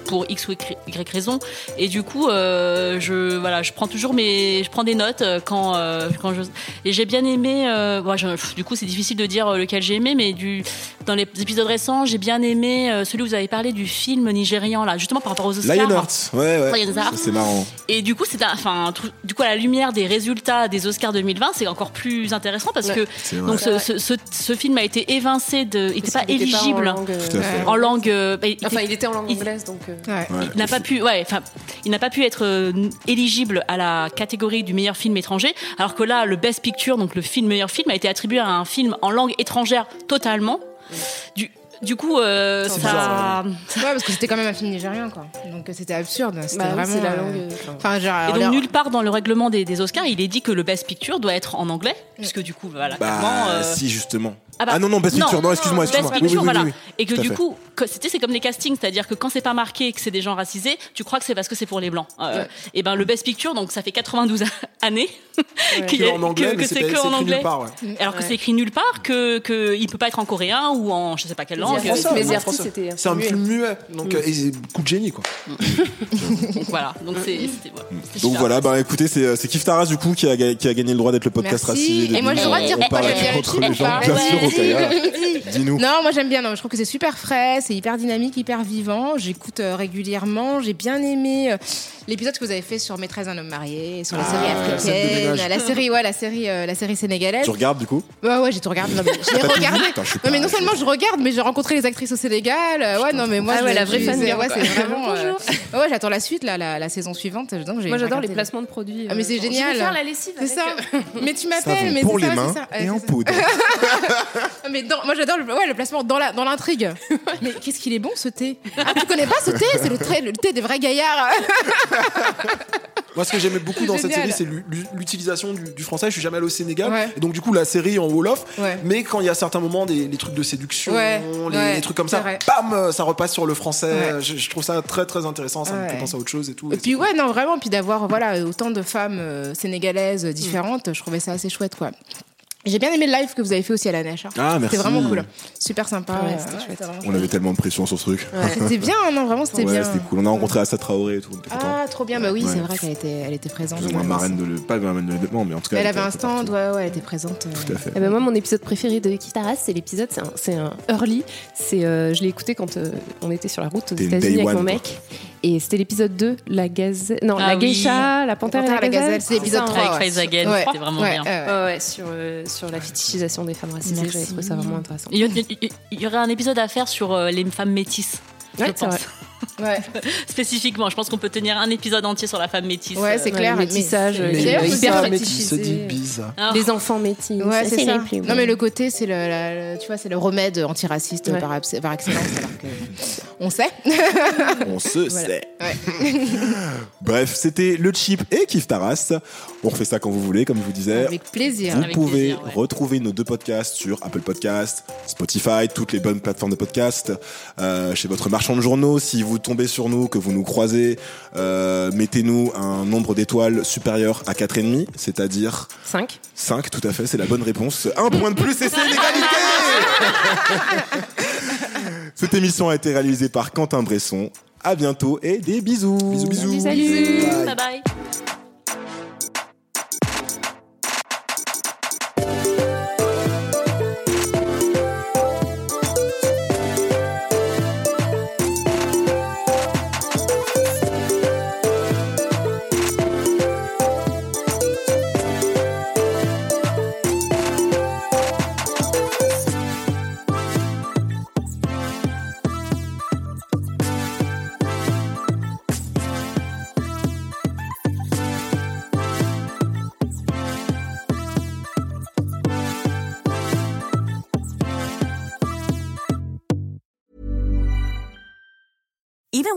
S1: pour x ou y raison et du coup euh, je voilà je prends toujours mes je prends des notes euh, quand euh, quand je et j'ai bien aimé euh, bon, je- pff, du coup c'est difficile de dire euh, lequel j'ai aimé mais du dans les épisodes récents j'ai bien aimé euh, celui où vous avez parlé du film nigérian là justement par rapport aux Oscars
S4: Lionheart, ouais, ouais.
S1: Lionheart.
S4: Ça, C'est marrant.
S1: et du coup, c'est un- enfin, un truc- du coup, à la lumière des résultats des Oscars 2020, c'est encore plus intéressant parce
S5: Ouais.
S1: que
S4: C'est vrai.
S1: donc ce, ce- ce- ce film a été évincé de, il n'était
S5: Parce
S1: pas
S5: qu'il était pas en
S1: éligible en langue.
S5: langue, euh,
S4: Tout à fait.
S1: euh, bah, il était-
S5: Enfin, il était en langue
S1: Il-
S5: anglaise, donc. euh,
S2: Ouais.
S4: Ouais.
S1: il n'a pas pu, ouais, enfin, il n'a pas pu être euh, éligible à la catégorie du meilleur film étranger, alors que là, le Best Picture, donc le film meilleur film, a été attribué à un film en langue étrangère totalement. Du, du coup, euh, ça,
S6: bizarre,
S2: Ouais, parce que c'était quand même un film nigérien, quoi. Donc euh, c'était absurde. C'était
S5: bah, oui,
S2: vraiment.
S5: c'est la
S2: euh,
S5: langue. euh, enfin,
S2: Enfin, genre.
S1: Et
S2: alors-
S1: donc nulle part dans le règlement des, des Oscars, il est dit que le Best Picture doit être en anglais, puisque du coup, voilà, clairement,
S4: Bah,
S1: euh,
S4: si, justement.
S1: Ah
S4: Ah,
S1: bah,
S4: non, non, Best
S1: non,
S4: Picture, non, excuse-moi,
S1: Best
S4: excuse-moi. Oui,
S1: Picture,
S4: oui, oui,
S1: voilà.
S4: oui.
S1: Et que
S4: Tout à
S1: du
S4: fait.
S1: coup, que- c'était c'est comme les castings, c'est-à-dire que quand c'est pas marqué et que c'est des gens racisés, tu crois que c'est parce que c'est pour les blancs. Euh, Et ben le Best Picture, donc ça fait 92 années qu'il y
S6: Que
S1: a-
S6: en anglais,
S1: que,
S6: mais
S1: que
S6: c'est
S1: c'est
S6: pas-
S1: que
S6: c'est
S1: en
S6: écrit nulle
S1: anglais.
S6: part, ouais.
S1: Alors que
S5: Ouais.
S1: c'est écrit nulle part que que il peut pas être en coréen ou en je sais pas quelle
S5: Les
S1: langue.
S5: Français,
S1: Euh,
S5: François,
S6: mais
S5: les
S6: c'est
S5: artistes,
S6: François.
S5: c'était un
S6: C'est un
S5: film
S6: film muet,
S1: Mm.
S6: donc euh, et c'est coup de génie quoi.
S1: Donc voilà, donc c'est c'était- voilà, c'était
S4: Donc
S1: super.
S4: voilà, bah écoutez, c'est c'est Kif Taras du coup qui a, ga- qui a gagné le droit d'être le podcast
S2: Merci.
S4: racisé. de
S2: Et moi, j'ai le
S4: Lille.
S2: droit de dire
S4: On
S2: pourquoi
S4: parle
S2: j'aime bien le
S4: entre
S2: film,
S4: les gens,
S2: par
S4: bien sûr,
S2: exemple.
S4: Rokaya. Dis-nous.
S2: Non, moi j'aime bien. Non, je trouve que c'est super frais, c'est hyper dynamique, hyper vivant. J'écoute euh, régulièrement. J'ai bien aimé euh, l'épisode que vous avez fait sur Maîtresse d'un homme marié, sur la
S4: Ah,
S6: la
S2: série
S6: scène de
S2: africaine,
S6: ménage.
S2: la série, ouais, la série, euh, la série sénégalaise.
S4: Tu regardes du coup
S2: Ouais, ouais, j'ai tout regardé. Non, mais j'ai
S4: T'as tout vu
S2: regardé.
S4: Putain, je suis
S2: Non, mais
S4: pas-
S2: non seulement je regarde, mais j'ai rencontré les actrices au Sénégal. euh, Ouais, non, mais moi,
S5: Ah
S2: je-
S5: ouais, la
S2: je-
S5: vraie
S2: je-
S5: fan girl,
S2: Ouais,
S5: quoi.
S2: c'est vraiment. euh,
S5: Bonjour.
S2: Ouais, j'attends la suite, là, la, la saison suivante. Donc, j'ai
S5: Moi, j'adore
S2: regardé
S5: les placements de produits.
S2: Ah, mais
S5: euh,
S2: c'est
S5: genre, je vais
S2: génial.
S5: faire la lessive
S2: C'est
S5: avec,
S2: ça.
S5: euh,
S2: Mais tu
S4: Savon
S2: m'appelles, mais
S4: pour
S2: c'est
S4: les
S2: ça,
S4: mains
S2: c'est ça. Ouais,
S4: et en
S2: c'est ça.
S4: poudre.
S2: Ah, Mais dans- moi j'adore le, ouais, le placement dans la dans l'intrigue. Mais qu'est-ce qu'il est bon ce thé Ah tu connais pas ce thé C'est le, thé- le thé des vrais gaillards.
S6: Moi, ce que j'aimais beaucoup
S2: C'est
S6: dans cette
S2: génial.
S6: série, c'est l'u- l'u- l'utilisation du, du français. Je suis jamais allé au Sénégal.
S2: Ouais.
S6: Et donc, du coup, la série en Wolof.
S2: Ouais.
S6: Mais quand il y a certains moments, des, les trucs de séduction,
S2: Ouais,
S6: les,
S2: ouais,
S6: les trucs comme
S2: c'est
S6: ça,
S2: vrai.
S6: bam, euh, ça repasse sur le français.
S2: Ouais.
S6: Je, je trouve ça très, très intéressant. Ça me fait
S2: Ouais.
S6: penser à autre chose et tout.
S2: Et puis ouais, non, vraiment, puis d'avoir voilà autant de femmes euh, sénégalaises euh, différentes,
S5: Mm.
S2: je trouvais ça assez chouette, quoi. J'ai bien aimé le live que vous avez fait aussi à la Nèche. hein.
S4: Ah, merci.
S2: C'était vraiment cool, super sympa.
S5: Ouais,
S2: euh,
S5: c'était chouette.
S2: c'était vraiment
S4: On avait tellement de pression sur ce truc.
S2: chouette. C'était bien, hein, non, vraiment, c'était
S4: Ouais,
S2: bien.
S4: c'était cool. On a rencontré Assa Traoré et tout. On était contents.
S2: Ah, trop bien, bah oui,
S4: Ouais.
S2: c'est vrai qu'elle était, elle était présente.
S4: Plus ou moins marraine de le... Pas marraine de l'événement, mais en tout cas.
S2: Elle
S4: était
S2: avait un
S4: peu
S2: stand,
S4: partout.
S2: ouais, ouais, elle était présente. euh.
S4: Tout à fait.
S5: Eh ben, moi, mon épisode préféré de Kitaras, c'est l'épisode, c'est un- c'est un, early. C'est, euh, je l'ai écouté quand euh, on était sur la route aux
S4: T'es une
S5: États-Unis
S4: day
S5: avec
S4: one,
S5: mon
S4: toi.
S5: mec. Et c'était l'épisode 2, la gaze... non,
S1: Ah
S5: la
S1: oui.
S5: geisha, la panthère,
S2: Panthère
S5: et la, gazelle.
S2: c'est l'épisode
S5: ça,
S2: 3.
S5: hein.
S1: Avec Faïs Again,
S2: Ouais.
S1: c'était vraiment
S2: Ouais,
S1: bien.
S2: ouais, ouais.
S5: Ouais, ouais, sur, euh, sur la fétichisation des femmes racisées,
S2: Merci.
S5: j'avais trouvé ça vraiment intéressant.
S1: Il y, a- il y aurait un épisode à faire sur euh, les femmes métisses.
S5: Ouais,
S1: je
S5: c'est
S1: pense.
S5: vrai.
S2: Ouais.
S1: Spécifiquement, je pense qu'on peut tenir un épisode entier sur la femme métisse.
S2: Ouais, c'est
S1: Euh,
S5: Ouais,
S2: clair.
S5: le
S2: mais-
S5: métissage,
S2: mais
S5: euh,
S2: d'ailleurs,
S5: hyper
S2: faut savoir-
S5: fétichisé.
S6: C'est dit bizarre.
S1: alors,
S5: Les enfants métis.
S2: Ouais,
S5: Ça,
S2: c'est ça.
S5: les plus
S2: Non,
S5: beaux.
S2: mais le côté, c'est le, la- le- tu vois, c'est le remède antiraciste
S5: Ouais.
S2: par, abs- par excellence, alors que on sait.
S4: On se
S2: Voilà.
S4: sait.
S2: Ouais.
S4: Bref, c'était le chip et Kif Taras. On refait ça quand vous voulez, comme je vous disais.
S2: Avec plaisir.
S4: Vous
S1: Avec
S4: pouvez
S1: plaisir, ouais.
S4: retrouver nos deux podcasts sur Apple Podcasts, Spotify, toutes les bonnes plateformes de podcasts, euh, chez votre marchand de journaux. Si vous tombez sur nous, que vous nous croisez, euh, mettez-nous un nombre d'étoiles supérieur à 4,5, c'est-à-dire
S5: 5.
S4: 5, tout à fait, c'est la bonne réponse. Un point de plus et c'est l'égalité Cette émission a été réalisée par Quentin Bresson. À bientôt et des bisous Bisous, bisous
S5: Salut
S1: bye bye.
S8: Even